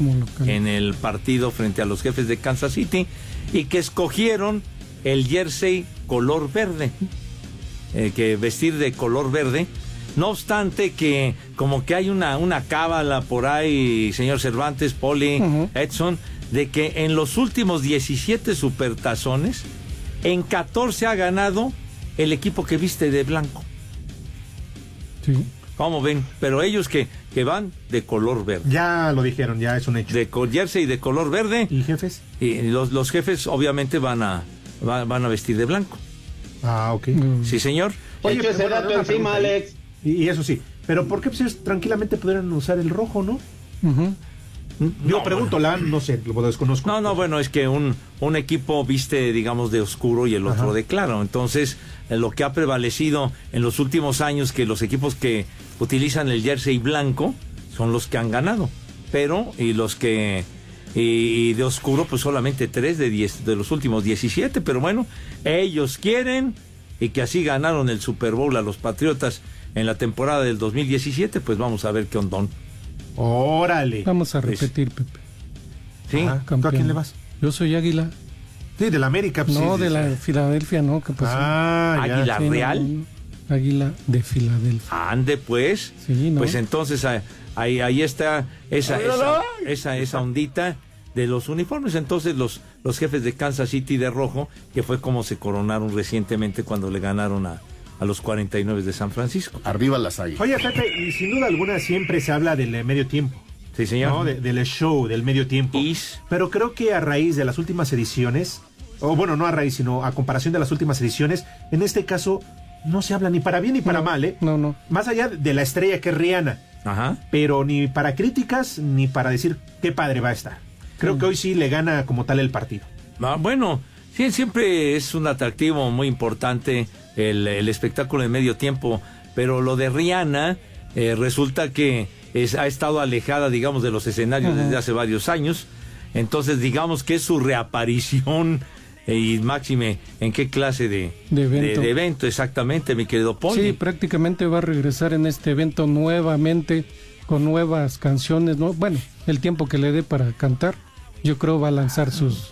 S5: en el partido frente a los jefes de Kansas City y que escogieron el jersey color verde, eh, que vestir de color verde. No obstante que como que hay una, una cábala por ahí, señor Cervantes, Poli,
S3: Ujú.
S5: Edson, de que en los últimos 17 supertazones, en 14 ha ganado el equipo que viste de blanco. ¿Cómo ven? Pero ellos que, que van de color verde.
S10: Ya lo dijeron, ya es un hecho.
S5: De co- jersey de color verde.
S10: ¿Y jefes?
S5: Y los, los jefes obviamente van a, va- van a vestir de blanco.
S10: Ah, ok.
S5: Sí, señor.
S10: Oye,
S6: Echo ese
S10: bueno,
S6: dato
S10: una
S6: encima,
S10: pregunta, ¿eh?
S6: Alex.
S10: Y, y eso sí, pero ¿por qué pues, ellos tranquilamente pudieran usar el rojo, no? Yo pregunto, la no sé, lo desconozco.
S5: No, no, bueno, es que un, un equipo viste, digamos, de oscuro y el otro
S10: Ajá.
S5: de claro. Entonces, eh, lo que ha prevalecido en los últimos años que los equipos que utilizan el jersey blanco son los que han ganado. Pero, y los que. Y, y de oscuro, pues solamente tres de, diez, de los últimos 17. Pero bueno, ellos quieren y que así ganaron el Super Bowl a los Patriotas en la temporada del 2017. Pues vamos a ver qué ondón.
S10: Órale.
S12: Vamos a repetir, Pepe. Ah,
S5: ¿Sí?
S10: Ajá. ¿Tú a quién le vas?
S12: Yo soy Águila.
S10: Sí, de la América. pues,
S12: no,
S10: sí,
S12: de
S10: sí,
S12: la
S10: sí.
S12: Filadelfia, no. ¿qué pasó?
S10: Ah, ya. ¿Águila
S12: Sí, no,
S5: Real?
S12: no, águila de Filadelfia.
S5: Ande pues.
S12: ¿no?
S5: Pues entonces ah, ahí, ahí está esa,
S12: Ay,
S5: esa, esa, esa ondita de los uniformes. Entonces los, los jefes de Kansas City de rojo, que fue como se coronaron recientemente cuando le ganaron a, a los 49 de San Francisco.
S35: Arriba las águilas.
S10: Oye, Pepe, y sin duda alguna siempre se habla del eh, medio tiempo.
S5: Sí, señor.
S10: ¿no? De- del show, del medio tiempo. Pero creo que a raíz de las últimas ediciones, o bueno, no a raíz, sino a comparación de las últimas ediciones, en este caso no se habla ni para bien ni para mal, ¿eh?
S12: No, no.
S10: Más allá de la estrella que es Rihanna.
S5: Ajá.
S10: Pero ni para críticas, ni para decir qué padre va a estar. Creo que hoy sí le gana como tal el partido.
S5: Ah, bueno, sí, siempre es un atractivo muy importante el, el espectáculo en medio tiempo, pero lo de Rihanna eh, resulta que es- ha estado alejada, digamos, de los escenarios
S12: Ajá.
S5: desde hace varios años. Entonces, digamos que es su reaparición eh, y máxime en qué clase de,
S12: De evento.
S5: de evento, exactamente, mi querido Poli.
S12: Sí, prácticamente va a regresar en este evento nuevamente con nuevas canciones. ¿no? Bueno, el tiempo que le dé para cantar, yo creo va a lanzar sus.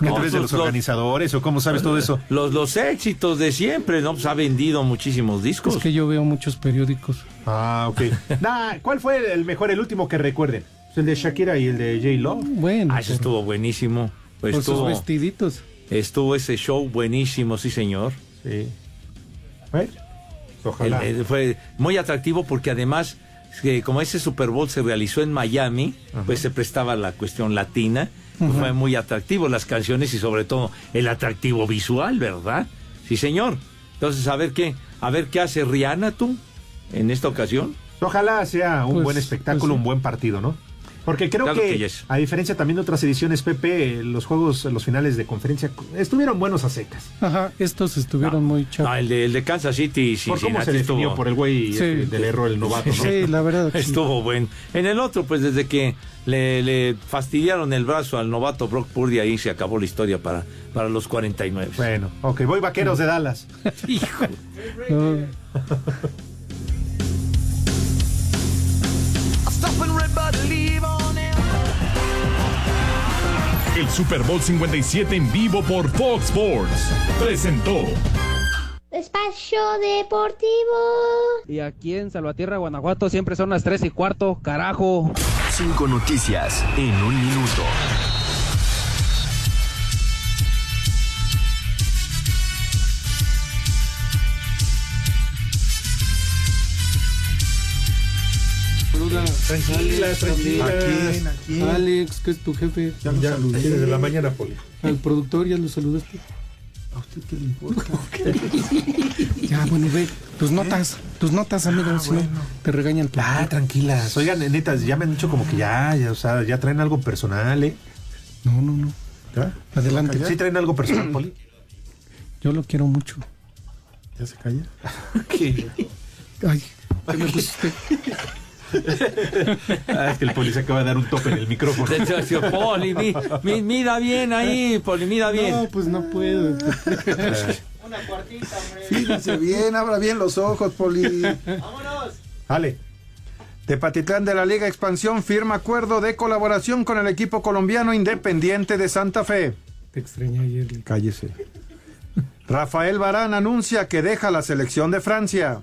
S10: ¿Qué traes de los organizadores o cómo sabes todo eso?
S5: eh, Los, los éxitos de siempre, ¿no? Pues ha vendido muchísimos discos.
S12: Es que yo veo muchos periódicos.
S10: Ah, ok. Nah, ¿Cuál fue el mejor, el último que recuerden? Pues el de Shakira y el de J. Lo.
S12: Bueno.
S5: Ah, ese estuvo buenísimo. Pues
S12: Con sus
S5: estuvo-
S12: vestiditos.
S5: Estuvo ese show buenísimo, sí, señor.
S10: Sí. Bueno, ojalá.
S5: El- el- fue muy atractivo porque además, eh, como ese Super Bowl se realizó en Miami, pues se prestaba la cuestión latina. Pues
S12: Ujú.
S5: Fue muy atractivo las canciones y sobre todo el atractivo visual, ¿verdad? Sí, señor. Entonces, a ver qué, a ver qué hace Rihanna tú en esta ocasión.
S10: Ojalá sea un
S5: Pues,
S10: buen espectáculo,
S5: pues sí.
S10: un buen partido, ¿no? Porque creo
S5: Claro
S10: que,
S5: que yes.
S10: a diferencia también de otras ediciones, Pepe, eh, los juegos, los finales de conferencia estuvieron buenos a secas.
S12: Ajá, estos estuvieron muy chavos.
S5: Ah, el de, el de Kansas City y
S10: Por cómo
S5: Cincinnati
S10: se definió,
S5: estuvo-
S10: por el güey este, del error, el novato, ¿no?
S12: Sí, la verdad. que sí.
S5: Estuvo bueno. En el otro, pues desde que le, le fastidiaron el brazo al novato Brock Purdy, ahí se acabó la historia para, para los 49.
S10: Bueno, ok, voy vaqueros de Dallas.
S5: Hijo.
S19: El Super Bowl 57 en vivo por Fox Sports presentó
S7: Espacio Deportivo.
S18: Y aquí en Salvatierra, Guanajuato, siempre son las 3 y cuarto, carajo.
S16: Cinco noticias en un minuto.
S10: Tranquilas, tranquilas.
S12: Alex, Alex, que es tu jefe.
S10: Ya, ya, desde la mañana, Poli.
S12: Al productor ya lo saludaste.
S10: ¿A usted qué le importa?
S12: Ya, bueno, ve, tus notas, tus notas, amigo, si no, te regañan.
S10: Ah, tranquilas. Oigan, netas, ya me han dicho como que ya, ya, o sea, ya traen algo personal, ¿eh?
S12: No, no, no. Adelante.
S10: ¿Sí traen algo personal, Poli?
S12: Yo lo quiero mucho.
S10: ¿Ya se calla?
S12: Ay, ¿qué me pusiste?
S10: Ah, es que el Poli se acaba de dar un tope en el micrófono.
S5: De hecho, Poli, mi- mi- mira bien ahí, Poli, mira bien.
S12: No, pues no puedo.
S3: Una cuartita, hombre.
S35: Fíjense bien, abra bien los ojos, Poli.
S3: Vámonos.
S10: Ale.
S35: Tepatitlán de la Liga Expansión firma acuerdo de colaboración con el equipo colombiano Independiente de Santa Fe.
S12: Te extrañé ayer. Lick.
S35: Cállese. Rafael Barán anuncia que deja la selección de Francia.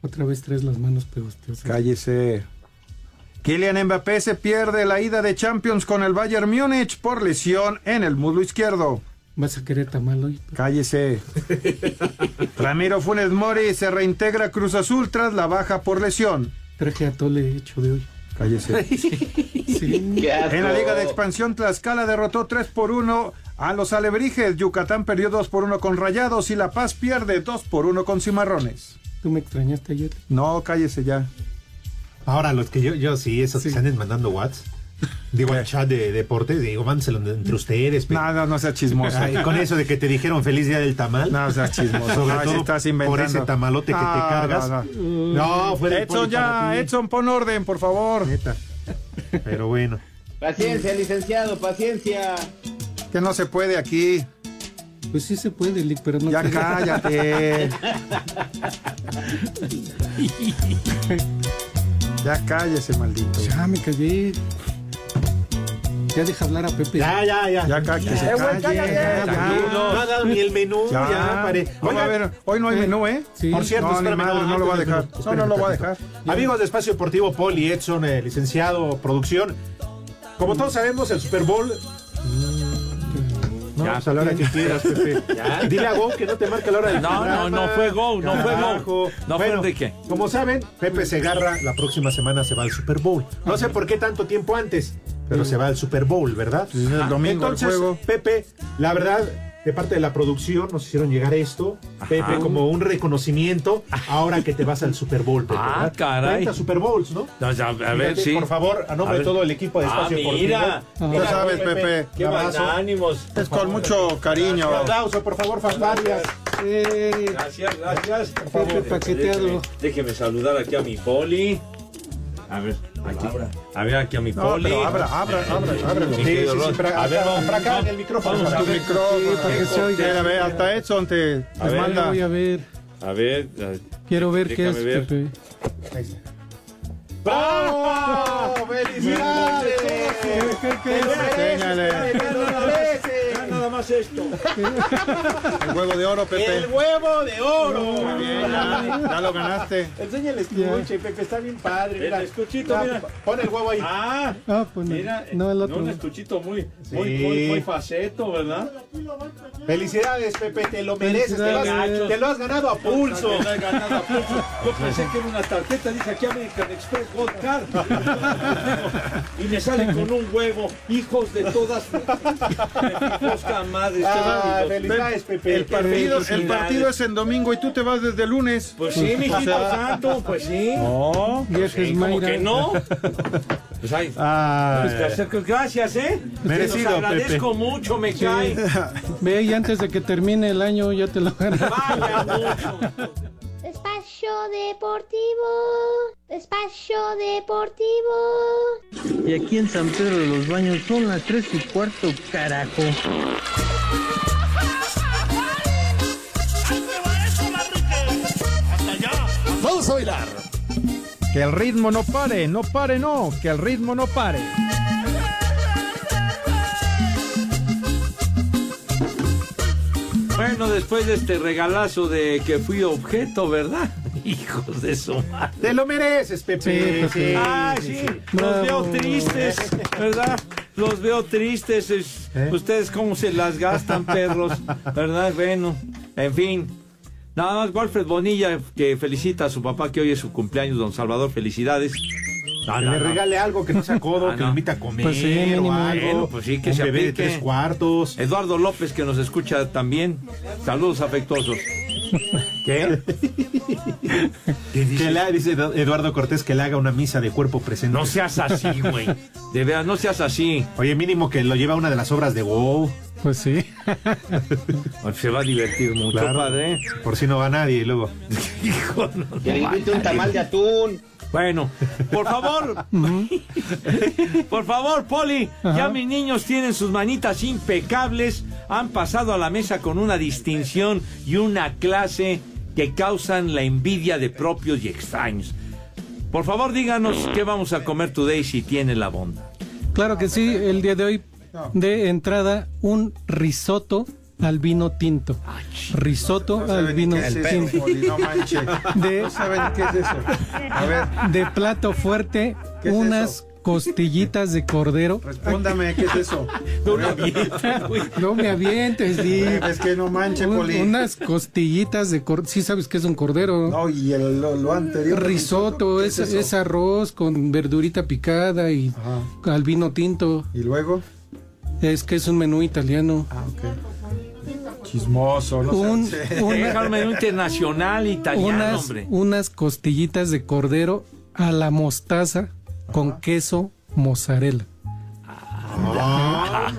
S12: Otra vez traes las manos pegosteosas.
S35: Cállese. Kylian Mbappé se pierde la ida de Champions con el Bayern Múnich por lesión en el muslo izquierdo.
S12: Vas a querer tamal hoy.
S35: Cállese. Ramiro Funes Mori se reintegra a Cruz Azul tras la baja por lesión.
S12: Traje a Tole hecho de hoy.
S35: Cállese.
S12: Sí.
S6: Qué asco.
S35: En la Liga de Expansión, Tlaxcala derrotó 3 por 1 a los Alebrijes. Yucatán perdió 2 por 1 con Rayados y La Paz pierde 2 por 1 con Cimarrones.
S12: Tú me extrañaste ayer.
S35: No, cállese ya.
S10: Ahora, los que yo, yo sí, esos que se anden mandando whats. Digo, al chat de deportes, digo, mándenselo entre ustedes. pe-
S35: No, no, no sea chismoso.
S10: Ay, con eso de que te dijeron feliz día del tamal.
S35: No seas chismoso.
S10: Sobre
S35: Ay, si
S10: todo
S35: estás inventando.
S10: por ese tamalote que
S35: Ah,
S10: te cargas.
S35: no,
S10: No,
S35: no.
S10: fue de
S35: Edson,
S10: Poli
S35: ya,
S10: para ti.
S35: Edson, pon orden, por favor.
S10: Pero bueno.
S5: Mm.
S6: Paciencia, licenciado, paciencia.
S35: Que no se puede aquí.
S12: Pues sí se puede, Lick, pero no.
S35: Ya
S12: te-
S35: cállate. ya cállese, maldito.
S12: Ya me callé. Ya deja hablar a Pepe.
S10: Ya, ya, ya.
S35: Ya ca- que se
S10: Eh,
S35: calle,
S10: güey, cállate.
S35: ya,
S10: No ha dado ni el menú.
S35: Ya,
S10: Ya, pare-
S35: Vamos
S10: Oigan,
S35: a ver, hoy no hay menú, ¿eh?
S10: Por cierto,
S35: no, ni
S10: espérame,
S35: madre, no lo voy a
S10: antes de-
S35: dejar. No, no lo voy a dejar.
S10: Amigos de Espacio Deportivo Poli, Edson, eh, licenciado, producción. Como todos sabemos, el Super Bowl. No,
S5: Ya.
S10: pues a la hora que quieras, Pepe.
S5: Ya.
S10: ah, Dile a Go que no te marque la hora del
S5: No, no,
S10: programa.
S5: no fue Go, no fue Go.
S10: Carajo.
S5: No fue Enrique.
S10: Como saben, Pepe Segarra la próxima semana se va al Super Bowl. No sé por qué tanto tiempo antes, pero se va al Super Bowl, ¿verdad?
S35: el domingo el
S10: Entonces,
S35: juego.
S10: Pepe, la verdad, de parte de la producción nos hicieron llegar esto, Pepe, como un reconocimiento ahora que te vas al Super Bowl, Pepe.
S5: Ah,
S10: ¿verdad?
S5: caray.
S10: 30 Super Bowls, ¿no?
S5: No, ya, a ver,
S10: Fíjate,
S5: sí.
S10: Por favor, a nombre
S5: A
S10: de
S5: ver.
S10: todo el equipo de
S5: Ah,
S10: Espacio
S5: mira.
S10: Deportivo.
S5: Mira,
S35: Ya sabes, Pepe.
S5: Qué
S10: Un abrazo.
S5: ánimos.
S35: Es con mucho cariño.
S10: Un aplauso, por favor, fanfarias.
S12: Eh,
S5: Gracias, gracias. Por
S12: Pepe paqueteado.
S5: Déjeme, déjeme saludar aquí a mi poli. A ver, aquí. A ver, aquí a mi
S35: No,
S5: poli.
S35: pero abra, abra, abra, abra.
S5: Mi
S10: Sí, sí,
S5: querido
S10: sí,
S5: Ron.
S10: para,
S5: a ver,
S10: acá,
S5: vamos,
S10: para acá, en
S5: vamos,
S10: el micrófono.
S5: vamos a
S35: Tu
S5: ver.
S35: micrófono.
S12: para que se oiga.
S35: Mira, ve, hasta Edson te
S5: A
S35: les
S5: ver.
S12: Ya
S35: manda.
S12: voy a ver.
S5: A ver. eh,
S12: Quiero ver qué es,
S5: déjame ver.
S12: Pepe.
S10: Ahí está.
S35: ¡Bravo!
S10: ¡Felicidades!
S35: Enséñale.
S5: Ya nada más esto.
S35: El huevo de oro, Pepe.
S10: huevo de oro!
S35: Muy bien, ya, ya lo ganaste.
S10: Enséñale el estuche, Pepe, está bien padre.
S5: El
S10: mira.
S5: estuchito,
S10: Ah,
S5: mira.
S10: Pon el huevo ahí.
S5: Ah,
S12: Ah, pues no.
S5: mira.
S12: no, el otro.
S5: Un
S12: no.
S5: estuchito muy,
S10: Sí.
S5: muy, muy, muy faceto, ¿verdad?
S10: Felicidades, Pepe, te lo mereces. Te lo, has,
S5: Felicidades.
S10: te lo has ganado a pulso.
S5: Me la he ganado a pulso. Yo pensé que era una tarjeta, dije aquí American Express Gold Card. Y me salen con un huevo, hijos de todas. Busca madre, qué
S10: Ah,
S5: bárbaros.
S10: felicidades, Pepe.
S35: El
S10: Qué
S35: partido, el
S5: felicidades.
S35: partido es en domingo y tú te vas desde el lunes.
S5: Pues sí, mijito santo, pues sí.
S35: No.
S12: Vieja
S5: Sí, ¿Cómo
S12: Esmaira.
S5: que no? Pues hay.
S35: Ah.
S5: pues que hacer- Gracias, ¿eh?
S10: Merecido,
S5: Se los agradezco mucho, me cae.
S12: Ve y antes de que termine el año ya te lo gané.
S5: Vaya mucho.
S7: Espacio Deportivo. Espacio Deportivo.
S24: Y aquí en San Pedro de los Baños son las 3 y cuarto, carajo.
S19: Vamos a bailar.
S35: Que el ritmo no pare, no pare, no. Que el ritmo no pare.
S5: Bueno, después de este regalazo de que fui objeto, ¿verdad? Hijos de su madre.
S10: Te lo mereces, Pepe.
S12: Sí, Pepe.
S5: Ah, sí, los
S12: Bravo.
S5: veo tristes, ¿verdad? Los veo tristes. es-
S10: ¿Eh?
S5: Ustedes cómo se las gastan, perros, ¿verdad? Bueno, en fin. Nada más, Walfred Bonilla, que felicita a su papá, que hoy es su cumpleaños, don Salvador, felicidades. No,
S10: Que
S5: no,
S10: le
S5: no.
S10: regale algo que no sea codo,
S5: Ah,
S10: que
S5: no.
S10: lo invita a comer
S12: Pues sí,
S10: o
S12: mínimo.
S10: algo.
S5: Bueno, pues sí, que
S10: un
S5: se
S10: bebé de
S5: aplique.
S10: tres cuartos.
S5: Eduardo López, que nos escucha también. Saludos afectuosos. ¿Qué?
S10: Que le, dice Eduardo Cortés que le haga una misa de cuerpo presente.
S5: No seas así, güey. De veras, no seas así.
S10: Oye, mínimo que lo lleva a una de las obras de WoW.
S12: Pues sí.
S5: Se va a divertir mucho,
S10: Claro.
S5: padre.
S10: Por si no va nadie y luego.
S5: Hijo, no,
S6: Que le
S5: no
S6: invite un
S5: manches.
S6: tamal de atún.
S5: Bueno, por favor, por favor, Poli, ya
S12: Ajá.
S5: mis niños tienen sus manitas impecables han pasado a la mesa con una distinción y una clase que causan la envidia de propios y extraños. Por favor, díganos qué vamos a comer today si tiene la bonda.
S12: Claro que sí, el día de hoy de entrada un risotto al vino tinto. Risotto
S35: No
S12: al
S35: saben ni
S12: vino
S35: qué es eso,
S12: tinto.
S35: Poli, no manches.
S12: De-
S35: No saben qué es eso. A ver,
S12: De plato fuerte,
S35: ¿Qué es
S12: unas costillitas de cordero.
S35: respóndame, ¿qué es eso?
S12: No me avientes, Di.
S35: Es que no manches,
S12: Un-
S35: Poli.
S12: Unas costillitas de cordero. Sí sabes que es un cordero.
S35: No, y el- lo, lo anterior.
S12: Risotto,
S35: ¿Qué
S12: es, es arroz con verdurita picada y al vino tinto.
S35: ¿Y luego?
S12: Es que es un menú italiano.
S35: Chismoso, no
S12: Un-
S35: sé.
S12: un-
S5: Déjame menú internacional italiano,
S12: unas,
S5: hombre.
S12: unas costillitas de cordero a la mostaza con queso mozzarella.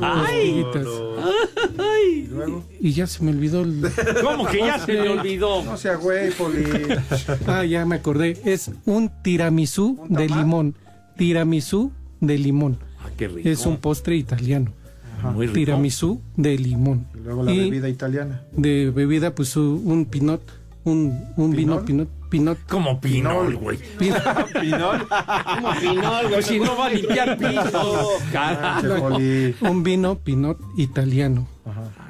S5: Ay.
S12: Costillitas.
S5: Ay.
S12: Y ya se me olvidó el...
S5: ¿Cómo que ya se le olvidó?
S35: No sea güey, Poli.
S12: Ah, ya me acordé. Es un tiramisú de limón. Tiramisú de limón.
S35: Ah,
S5: qué rico.
S12: Es un postre italiano.
S5: Muy rico.
S12: Tiramisú de limón.
S35: Y luego la
S12: Y
S35: bebida italiana.
S12: de bebida, pues u- un pinot. Un, un vino pinot. pinot.
S5: Como pinol, güey.
S35: ¿Pinol?
S6: Como pinol, güey.
S5: Pues si no va a limpiar piso. Carajo.
S12: un vino pinot italiano.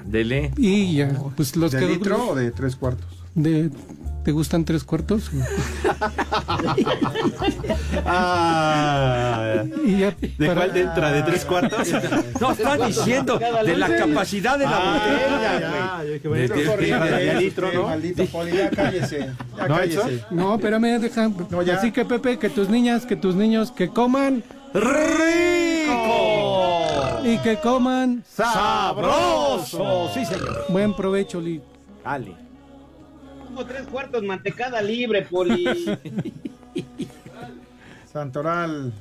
S5: Dele.
S12: Y ya, pues los
S35: Oh. ¿De
S12: que...
S35: litro o de tres cuartos?
S12: de- ¿Te gustan tres cuartos?
S10: Ah,
S12: Y ya
S10: ¿De
S12: para-
S10: cuál entra? ¿De tres cuartos?
S5: No, está diciendo de la capacidad de la
S12: Ah,
S35: Ah,
S5: botella,
S10: Ah, ya,
S5: güey.
S10: qué bueno.
S5: De- de- de-
S10: de litro, ¿no?
S35: Este, Maldito Poli, ya cállese. Ya
S10: ¿No,
S35: cállese.
S10: Edson?
S12: No, espérame, deja.
S35: ya.
S12: Así que Pepe, que tus niñas, que tus niños, que coman
S5: ¡Rico!
S12: y que coman
S5: ¡Sabroso! Sí, señor.
S12: Buen provecho, Lee.
S5: Ale.
S6: Como tres cuartos mantecada libre, Poli.
S35: Santoral.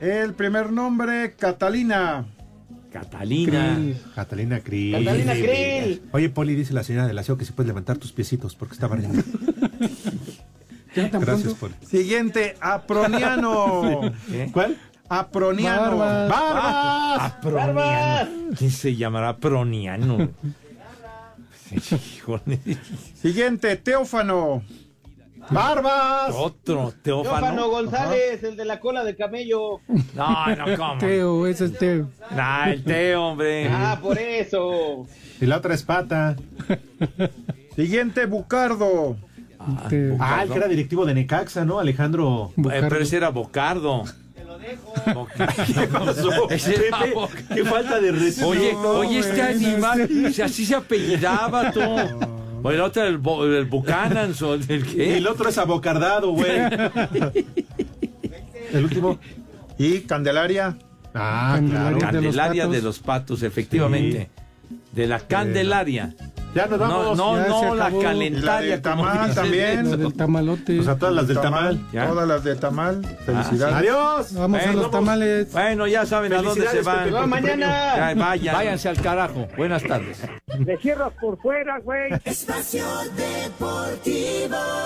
S35: El primer nombre, Catalina.
S5: Catalina.
S10: Krill. Catalina Krill.
S6: Catalina Krill.
S10: Oye, Poli, dice la señora del aseo que si puedes levantar tus piecitos porque está barriendo. Gracias, Poli.
S35: Siguiente, Aproniano.
S5: ¿Qué?
S10: ¿Cuál?
S35: Aproniano.
S12: Barbas.
S5: Ah,
S35: Barbas.
S6: ¡Barbas!
S5: ¿Quién se llamará Proniano? Híjole.
S35: Siguiente, Teófano. Barbas.
S5: Otro
S6: Teófano
S5: Teófano.
S6: González, el de la cola de camello.
S5: No, no, ¿cómo?
S12: Teo, ese es Teo.
S5: Nah, Ah, el Teo, hombre. Eh,
S6: Ah, por eso.
S10: Y la otra es pata.
S35: Siguiente, Bucardo.
S12: Teo.
S10: Ah, el que era directivo de Necaxa, ¿no? Alejandro.
S5: Eh,
S12: Bocardo.
S5: pero ese era Bocardo. Bocardo.
S10: ¿Qué pasó?
S5: Ese era
S10: Pepe,
S5: Bocardo.
S10: qué falta de respeto.
S5: Oye,
S35: No,
S5: oye, este
S35: güey, no
S5: animal, si así se apellidaba tú. O el otro, el, Bo- el Buchanan, o el
S10: Y
S5: qué.
S10: el otro es abocardado, güey. el último.
S35: Y Candelaria.
S10: Ah,
S12: Candelaria.
S10: claro.
S5: Candelaria
S12: de
S5: de los patos, efectivamente. De la Candelaria.
S10: Ya nos
S5: No,
S10: vamos.
S5: no,
S12: ya se
S5: no, la
S12: acabó.
S5: calentaria.
S35: Y la del
S5: como
S35: tamal
S5: dice
S35: también.
S5: Beto.
S12: La del tamalote.
S10: Pues a todas las del tamal.
S5: Ya. Ah,
S35: Todas las de Tamal. Felicidades.
S10: Adiós.
S12: Vamos a
S5: Bueno,
S12: los tamales.
S5: Bueno, ya saben a dónde se
S10: Felicidades,
S5: van.
S10: Pepe, por tu
S6: mañana.
S5: Ay, vayan. Váyanse al carajo. Buenas tardes.
S6: Le cierras por fuera, güey.
S44: Espacio Deportivo.